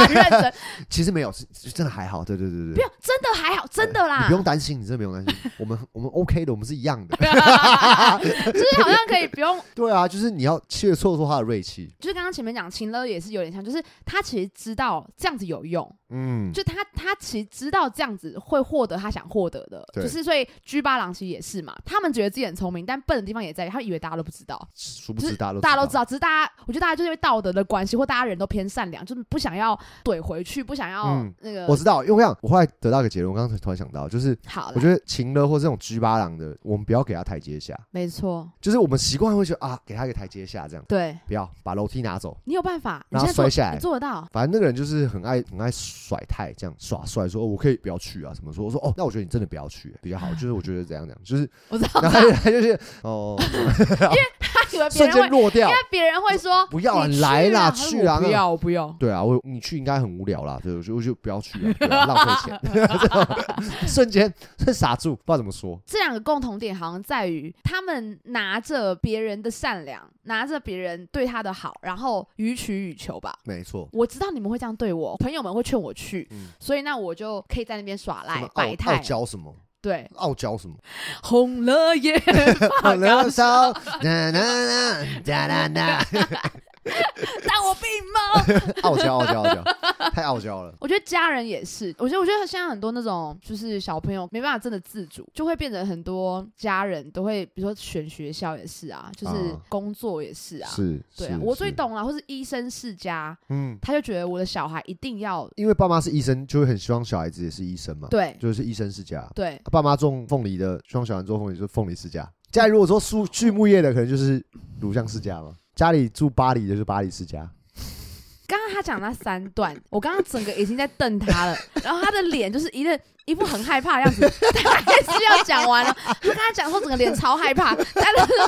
[SPEAKER 2] 认真，
[SPEAKER 1] 吧，其实没有，是是真的还好，对对对
[SPEAKER 2] 没
[SPEAKER 1] 对
[SPEAKER 2] 有，真的还好，真的
[SPEAKER 1] 你
[SPEAKER 2] 啦
[SPEAKER 1] 不，用担心，你真的不用担心，我们我们 OK 的，我们是一样的。
[SPEAKER 2] 就是好像可以不用
[SPEAKER 1] 对啊，就是你要切磋出他的锐气，
[SPEAKER 2] 就是刚刚前面讲情乐也是有点像，就是他其实知道这样子有用，
[SPEAKER 1] 嗯，
[SPEAKER 2] 就他他其实知道这样子会获得他想获得的，
[SPEAKER 1] 对
[SPEAKER 2] 就是所以 G 八狼其实也是嘛，他们觉得自己很聪明，但笨的地方也在于他以为大家都不知道。
[SPEAKER 1] 殊不知大家都
[SPEAKER 2] 大家都知
[SPEAKER 1] 道，
[SPEAKER 2] 道，只是大家，我觉得大家就是因为道德的关系，或大家人都偏善良，就是不想要怼回去，不想要
[SPEAKER 1] 嗯
[SPEAKER 2] 那个。
[SPEAKER 1] 我知道，因为我想，我后来得到一个结论，我刚才突然想到，就是
[SPEAKER 2] 好
[SPEAKER 1] 我
[SPEAKER 2] 了，
[SPEAKER 1] 觉得情勒或这种居巴狼的，我们不要给他台阶下，
[SPEAKER 2] 没错，
[SPEAKER 1] 就是我们习惯会觉得啊，给他一个台阶下这样，
[SPEAKER 2] 对
[SPEAKER 1] 不要把楼梯拿走，
[SPEAKER 2] 你有办法，你
[SPEAKER 1] 让他
[SPEAKER 2] 现在做
[SPEAKER 1] 摔下来
[SPEAKER 2] 你。做 得到，
[SPEAKER 1] 反正那个人就是很爱很爱甩态，这样耍帅，说、哦、我可以不要去啊，什么说我说哦，那我觉得你真的不要去比较 好，就是我觉得怎样怎样，就是
[SPEAKER 2] 我知道，
[SPEAKER 1] 然后 他他就是哦，
[SPEAKER 2] 他以为别
[SPEAKER 1] 瞬
[SPEAKER 2] 人会，
[SPEAKER 1] 间落掉
[SPEAKER 2] 因为，别人会说
[SPEAKER 1] 不要啊
[SPEAKER 2] 你去
[SPEAKER 1] 来啦
[SPEAKER 2] 啦，
[SPEAKER 1] 去啊
[SPEAKER 2] 我不
[SPEAKER 1] 那
[SPEAKER 2] 要，我不要，
[SPEAKER 1] 对啊，我你去应该很无聊啦，对，我就我就不要去啊，对啊 浪费钱，这 种 瞬间瞬傻住，不知道怎么说，
[SPEAKER 2] 这两个共同点好像在于，他们拿着别人的善良，拿着别人对他的好，然后予取予求吧。
[SPEAKER 1] 没错，
[SPEAKER 2] 我知道你们会这样对我，朋友们会劝我去，
[SPEAKER 1] 嗯，
[SPEAKER 2] 所以那我就可以在那边耍
[SPEAKER 1] 什
[SPEAKER 2] 赖
[SPEAKER 1] 么
[SPEAKER 2] 摆
[SPEAKER 1] 傲傲
[SPEAKER 2] 态，
[SPEAKER 1] 娇什么，
[SPEAKER 2] 对，
[SPEAKER 1] 傲娇 什么？
[SPEAKER 2] 红了眼，
[SPEAKER 1] 好了手， 哒哒哒哒哒哒，
[SPEAKER 2] 但我并猫。
[SPEAKER 1] 傲娇傲娇傲娇，太傲娇了。
[SPEAKER 2] 我觉得家人也是，我觉得我觉得现在很多那种就是小朋友没办法真的自主，就会变成很多家人都会，比如说选学校也是啊，就是
[SPEAKER 1] 啊
[SPEAKER 2] 工作也是啊，
[SPEAKER 1] 是，
[SPEAKER 2] 对
[SPEAKER 1] 是
[SPEAKER 2] 啊，我最
[SPEAKER 1] 是
[SPEAKER 2] 懂了，或是医生世家，
[SPEAKER 1] 嗯，
[SPEAKER 2] 他就觉得我的小孩一定要
[SPEAKER 1] 因为爸妈是医生，就会很希望小孩子也是医生嘛，
[SPEAKER 2] 对
[SPEAKER 1] 就是医生世家。
[SPEAKER 2] 对
[SPEAKER 1] 爸妈种凤梨的，希望小孩做凤梨，就是凤梨世家。家里如果说畜畜牧业的，可能就是乳香世家嘛。家里住巴黎的就是巴黎世家，
[SPEAKER 2] 啊刚刚他讲那三段，我刚刚整个已经在瞪他了， 然后他的脸就是一个一副很害怕的样子，但还是要讲完了。他跟他讲说整个脸超害怕，但是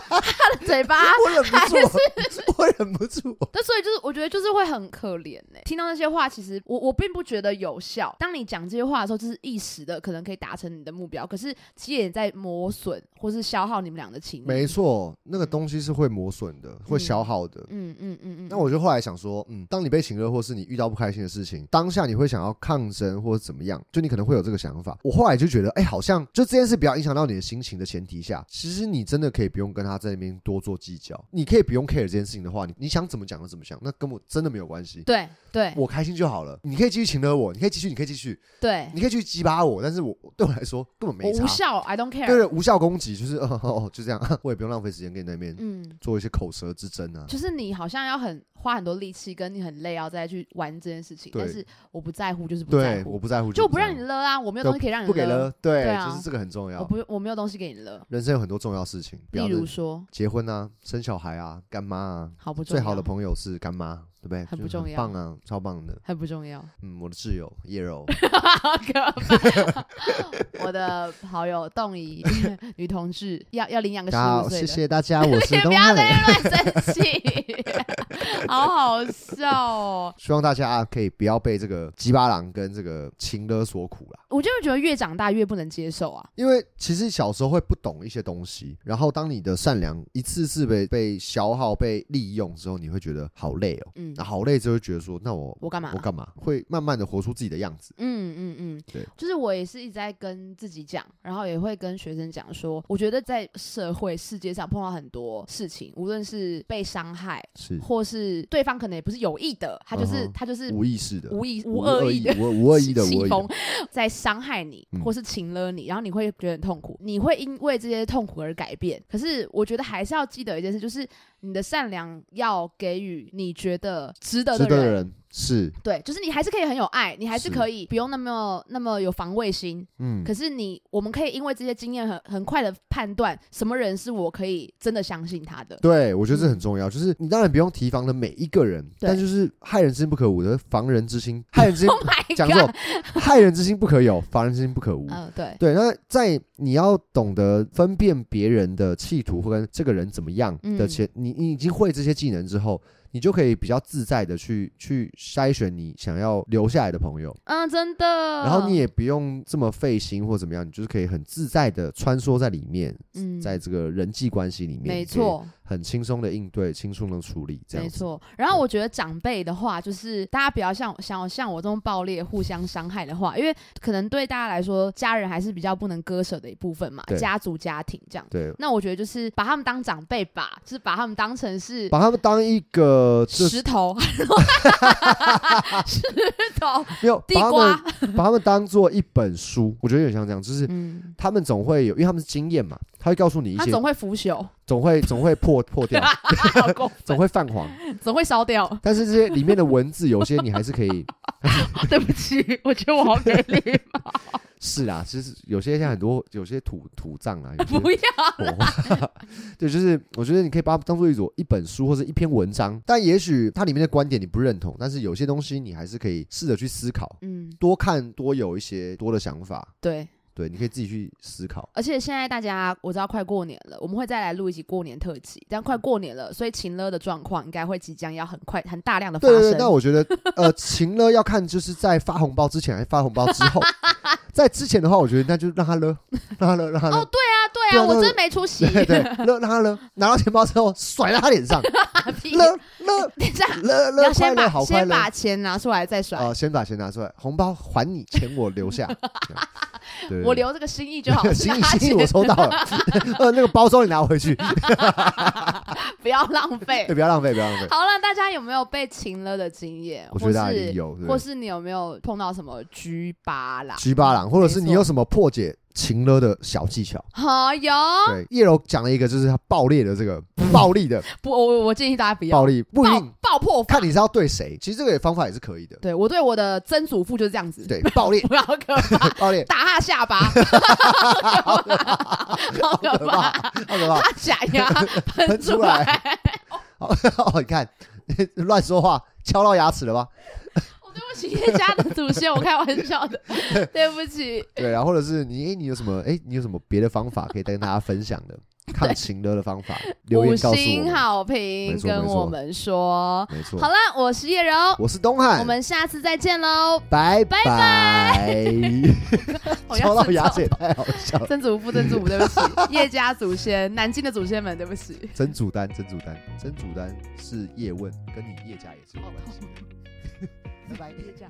[SPEAKER 2] 他的嘴巴，
[SPEAKER 1] 我忍不住，我忍不住。
[SPEAKER 2] 那所以就是我觉得就是会很可怜呢、听到那些话，其实我我并不觉得有效。当你讲这些话的时候，就是一时的可能可以达成你的目标，可是其实也在磨损或是消耗你们俩的情
[SPEAKER 1] 没
[SPEAKER 2] 谊。
[SPEAKER 1] 错，那个东西是会磨损的，会消耗的。
[SPEAKER 2] 嗯嗯嗯嗯，
[SPEAKER 1] 那我就后来想说，嗯，当你被请客，或是你遇到不开心的事情，当下你会想要抗争或者怎么样，就你可能会有这个想法。我后来就觉得，哎、好像就这件事不要影响到你的心情的前提下，其实你真的可以不用跟他在那边多做计较，你可以不用 care 这件事情的话，你你想怎么讲就怎么想，那跟我真的没有关系。
[SPEAKER 2] 对对
[SPEAKER 1] 我开心就好了，你可以继续请了我，你可以继续，你可以继续，
[SPEAKER 2] 对，
[SPEAKER 1] 你可以继续激巴我，但是我对我来说根本
[SPEAKER 2] 我
[SPEAKER 1] 没差
[SPEAKER 2] 无。效，I don't
[SPEAKER 1] 对
[SPEAKER 2] care。
[SPEAKER 1] 对，无效攻击就是 哦哦哦，就这样， 我也不用浪费时间跟你那边
[SPEAKER 2] 嗯。
[SPEAKER 1] 做一些口舌之争啊。
[SPEAKER 2] 就是你好像要很花很多力气，跟你很累，要再去玩这件事情。
[SPEAKER 1] 对
[SPEAKER 2] 但是我不在乎，就是不在
[SPEAKER 1] 对，
[SPEAKER 2] 乎，
[SPEAKER 1] 我不在乎，
[SPEAKER 2] 就我
[SPEAKER 1] 不
[SPEAKER 2] 不
[SPEAKER 1] 在
[SPEAKER 2] 让
[SPEAKER 1] 乎
[SPEAKER 2] 你勒啊！我没有
[SPEAKER 1] 对
[SPEAKER 2] 东西可以让你
[SPEAKER 1] 不给
[SPEAKER 2] 勒
[SPEAKER 1] 了，，对，
[SPEAKER 2] 对啊
[SPEAKER 1] 就是这个很重
[SPEAKER 2] 我
[SPEAKER 1] 要。
[SPEAKER 2] 不我没有东西给你勒。
[SPEAKER 1] 人生有很多重要事情，不
[SPEAKER 2] 例
[SPEAKER 1] 要
[SPEAKER 2] 如
[SPEAKER 1] 认
[SPEAKER 2] 说，
[SPEAKER 1] 结婚啊、生小孩啊、干妈啊，
[SPEAKER 2] 好不重
[SPEAKER 1] 最
[SPEAKER 2] 要，
[SPEAKER 1] 好的朋友是干妈，对不对？
[SPEAKER 2] 很
[SPEAKER 1] 就
[SPEAKER 2] 不重要
[SPEAKER 1] 棒啊，超棒的。
[SPEAKER 2] 很不重要，
[SPEAKER 1] 嗯，我的挚友叶柔，
[SPEAKER 2] 好可怕！我的好友冻姨女同志要要领养个
[SPEAKER 1] 大
[SPEAKER 2] 十
[SPEAKER 1] 家
[SPEAKER 2] 五
[SPEAKER 1] 好，
[SPEAKER 2] 岁
[SPEAKER 1] 谢
[SPEAKER 2] 的，
[SPEAKER 1] 谢大家，我是
[SPEAKER 2] 也
[SPEAKER 1] 东
[SPEAKER 2] 不要在
[SPEAKER 1] 海。
[SPEAKER 2] 那边乱 生气，好好笑哦！
[SPEAKER 1] 希望大家啊可以不要被这个鸡巴狼跟这个情勒所苦啦，
[SPEAKER 2] 我就会觉得越长大越不能接受啊。
[SPEAKER 1] 因为其实小时候会不懂一些东西，然后当你的善良一次次被被消耗、被利用之后，你会觉得好累哦，
[SPEAKER 2] 嗯
[SPEAKER 1] 那，好累之后就觉得说，那我
[SPEAKER 2] 我干嘛
[SPEAKER 1] 我？干嘛？会慢慢的活出自己的样子。
[SPEAKER 2] 嗯嗯嗯，
[SPEAKER 1] 对，
[SPEAKER 2] 就是我也是一直在跟自己讲，然后也会跟学生讲说，我觉得在社会世界上碰到很多事情，无论是被伤害，
[SPEAKER 1] 是
[SPEAKER 2] 或是对方可能也不是有意的，他就是、
[SPEAKER 1] 嗯哼
[SPEAKER 2] 他就是
[SPEAKER 1] 无意识的，
[SPEAKER 2] 无意
[SPEAKER 1] 无
[SPEAKER 2] 恶
[SPEAKER 1] 恶
[SPEAKER 2] 意
[SPEAKER 1] 意
[SPEAKER 2] 的。
[SPEAKER 1] 的，无无恶意的，无
[SPEAKER 2] 气
[SPEAKER 1] 恶意
[SPEAKER 2] 风
[SPEAKER 1] 的。
[SPEAKER 2] 在伤害你，
[SPEAKER 1] 嗯
[SPEAKER 2] 或是情了你，然后你会觉得很痛苦，你会因为这些痛苦而改变。可是我觉得还是要记得一件事，就是你的善良要给予你觉得值得
[SPEAKER 1] 值
[SPEAKER 2] 的
[SPEAKER 1] 得
[SPEAKER 2] 人，
[SPEAKER 1] 的人是，
[SPEAKER 2] 对，就是你还是可以很有爱，你还是
[SPEAKER 1] 是
[SPEAKER 2] 可以不用那么那么有防卫心。
[SPEAKER 1] 嗯，
[SPEAKER 2] 可是你，我们可以因为这些经验很很快的判断什么人是我可以真的相信他的。
[SPEAKER 1] 对我觉得这很重要。就是你当然不用提防的每一个人，
[SPEAKER 2] 对
[SPEAKER 1] 但就是害人之心不可无的，防人之心，害人 之心
[SPEAKER 2] Oh my
[SPEAKER 1] 讲错
[SPEAKER 2] god！，
[SPEAKER 1] 害人之心不可有，防人之心不可无。
[SPEAKER 2] 嗯、对，
[SPEAKER 1] 对，那在你要懂得分辨别人的企图或跟这个人怎么样
[SPEAKER 2] 嗯
[SPEAKER 1] 的前，你你已经会这些技能之后，你就可以比较自在的去去筛选你想要留下来的朋友。
[SPEAKER 2] 嗯，真的。
[SPEAKER 1] 然后你也不用这么费心或怎么样，你就是可以很自在的穿梭在里面，
[SPEAKER 2] 嗯
[SPEAKER 1] 在这个人际关系里面，
[SPEAKER 2] 没，错，
[SPEAKER 1] 很轻松的应对，轻松的处理，这样
[SPEAKER 2] 没
[SPEAKER 1] 子。
[SPEAKER 2] 错。然后我觉得长辈的话，就是大家不要像像像我这种暴烈、互相伤害的话，因为可能对大家来说，家人还是比较不能割舍的一部分嘛，
[SPEAKER 1] 对
[SPEAKER 2] 家族、家庭这样。
[SPEAKER 1] 对，
[SPEAKER 2] 那我觉得就是把他们当长辈吧，就是把他们当成是
[SPEAKER 1] 把他们当一个就是
[SPEAKER 2] 石头，石头，
[SPEAKER 1] 没有
[SPEAKER 2] 地
[SPEAKER 1] 把他
[SPEAKER 2] 瓜
[SPEAKER 1] 们把他们当做一本书，我觉得有点像这样，就是
[SPEAKER 2] 嗯，
[SPEAKER 1] 他们总会有，因为他们是经验嘛，他会告诉你一
[SPEAKER 2] 它
[SPEAKER 1] 些，
[SPEAKER 2] 总会腐朽，，
[SPEAKER 1] 总会总会破破掉
[SPEAKER 2] 好过
[SPEAKER 1] 总
[SPEAKER 2] 分，
[SPEAKER 1] 会泛黄，
[SPEAKER 2] 总会烧掉。
[SPEAKER 1] 但是这些里面的文字有些你还是可以。
[SPEAKER 2] 对不起，我觉得我好给力，
[SPEAKER 1] 是啦，其实有些现在很多有些土土葬啊，有些
[SPEAKER 2] 不要。
[SPEAKER 1] 哦 对，就是我觉得你可以把它当做一种一本书或者一篇文章，但也许它里面的观点你不认同，但是有些东西你还是可以试着去思考，
[SPEAKER 2] 嗯，
[SPEAKER 1] 多看多有一些多的想法。
[SPEAKER 2] 对。
[SPEAKER 1] 对，你可以自己去思考。
[SPEAKER 2] 而且现在大家我知道快过年了，我们会再来录一集过年特辑，但快过年了，所以情勒的状况应该会即将要很快、很大量的发
[SPEAKER 1] 对
[SPEAKER 2] 生。
[SPEAKER 1] 对对，那我觉得 呃，情了要看就是在发红包之前还是发红包之 后。在之前的话，我觉得那就让他勒，让他勒，让他勒。
[SPEAKER 2] 哦对
[SPEAKER 1] 对
[SPEAKER 2] 啊，
[SPEAKER 1] 啊
[SPEAKER 2] 我
[SPEAKER 1] 那
[SPEAKER 2] 真没出息，
[SPEAKER 1] 对对，勒让他勒，拿到钱包之后甩在他脸 上，
[SPEAKER 2] 打屁
[SPEAKER 1] 勒勒
[SPEAKER 2] 等一下，
[SPEAKER 1] 勒
[SPEAKER 2] 要
[SPEAKER 1] 勒，快
[SPEAKER 2] 先
[SPEAKER 1] 乐啊
[SPEAKER 2] 把
[SPEAKER 1] 好快
[SPEAKER 2] 先
[SPEAKER 1] 乐。哦
[SPEAKER 2] 把钱拿出来再甩。
[SPEAKER 1] 呃，先把钱拿出来，红包还你，钱我留下。这样对对对，
[SPEAKER 2] 我留这个心意就好
[SPEAKER 1] 心意
[SPEAKER 2] 大家
[SPEAKER 1] 心意我收到了，呃，那个包装你拿回 去，
[SPEAKER 2] 不要浪 费
[SPEAKER 1] 哎。不要浪费，不要浪 费。
[SPEAKER 2] 好了，大家有没有被情了的经验？
[SPEAKER 1] 我觉
[SPEAKER 2] 或
[SPEAKER 1] 得大家一定
[SPEAKER 2] 是
[SPEAKER 1] 有，对不
[SPEAKER 2] 或
[SPEAKER 1] 对
[SPEAKER 2] 是你有没有碰到什么居巴啦？
[SPEAKER 1] G 八郎，或者是你有
[SPEAKER 2] 没
[SPEAKER 1] 什么破解情勒的小技巧？
[SPEAKER 2] 好有
[SPEAKER 1] 对，叶柔讲了一个，就是他爆裂的这个暴力的
[SPEAKER 2] 不？我我我建议大家 不要
[SPEAKER 1] 暴力，不一
[SPEAKER 2] 爆
[SPEAKER 1] 定
[SPEAKER 2] 爆破法。
[SPEAKER 1] 看你是要对谁。其实这个方法也是可以的，
[SPEAKER 2] 对我对我的曾祖父就是这样子，
[SPEAKER 1] 对，暴力，
[SPEAKER 2] 不要可怕，
[SPEAKER 1] 暴力，
[SPEAKER 2] 打他 下巴，
[SPEAKER 1] 好可怕，
[SPEAKER 2] 好可怕，
[SPEAKER 1] 好可怕，
[SPEAKER 2] 他假牙喷
[SPEAKER 1] 喷
[SPEAKER 2] 出
[SPEAKER 1] 出
[SPEAKER 2] 来。
[SPEAKER 1] 来。好， 好你看乱说话，敲到牙齿了吧？
[SPEAKER 2] 我对不起叶家的祖先，我开玩 笑的，对不起。
[SPEAKER 1] 对，然后或者是你，哎，你有什么，哎，你有什么别的方法可以跟大家分 享的抗情勒的方法？留
[SPEAKER 2] 五
[SPEAKER 1] 言告诉
[SPEAKER 2] 星
[SPEAKER 1] 我
[SPEAKER 2] 好评
[SPEAKER 1] 没，错
[SPEAKER 2] 跟
[SPEAKER 1] 没错
[SPEAKER 2] 我们说。
[SPEAKER 1] 们。没错
[SPEAKER 2] 好，了，我是叶柔，
[SPEAKER 1] 我是东汉，
[SPEAKER 2] 我们下次再见喽。
[SPEAKER 1] 拜
[SPEAKER 2] 拜
[SPEAKER 1] 拜。
[SPEAKER 2] 我要
[SPEAKER 1] 敲到
[SPEAKER 2] 自
[SPEAKER 1] 牙
[SPEAKER 2] 嘲
[SPEAKER 1] 齿也太好笑了，
[SPEAKER 2] 曾祖父、曾祖母，对不 起，叶家祖先、南京的祖先们，对不起。
[SPEAKER 1] 真祖丹，真祖丹，真哦
[SPEAKER 2] 哦
[SPEAKER 1] 祖丹是叶问，跟你叶家也是有关系的。拜拜。
[SPEAKER 2] 叶家。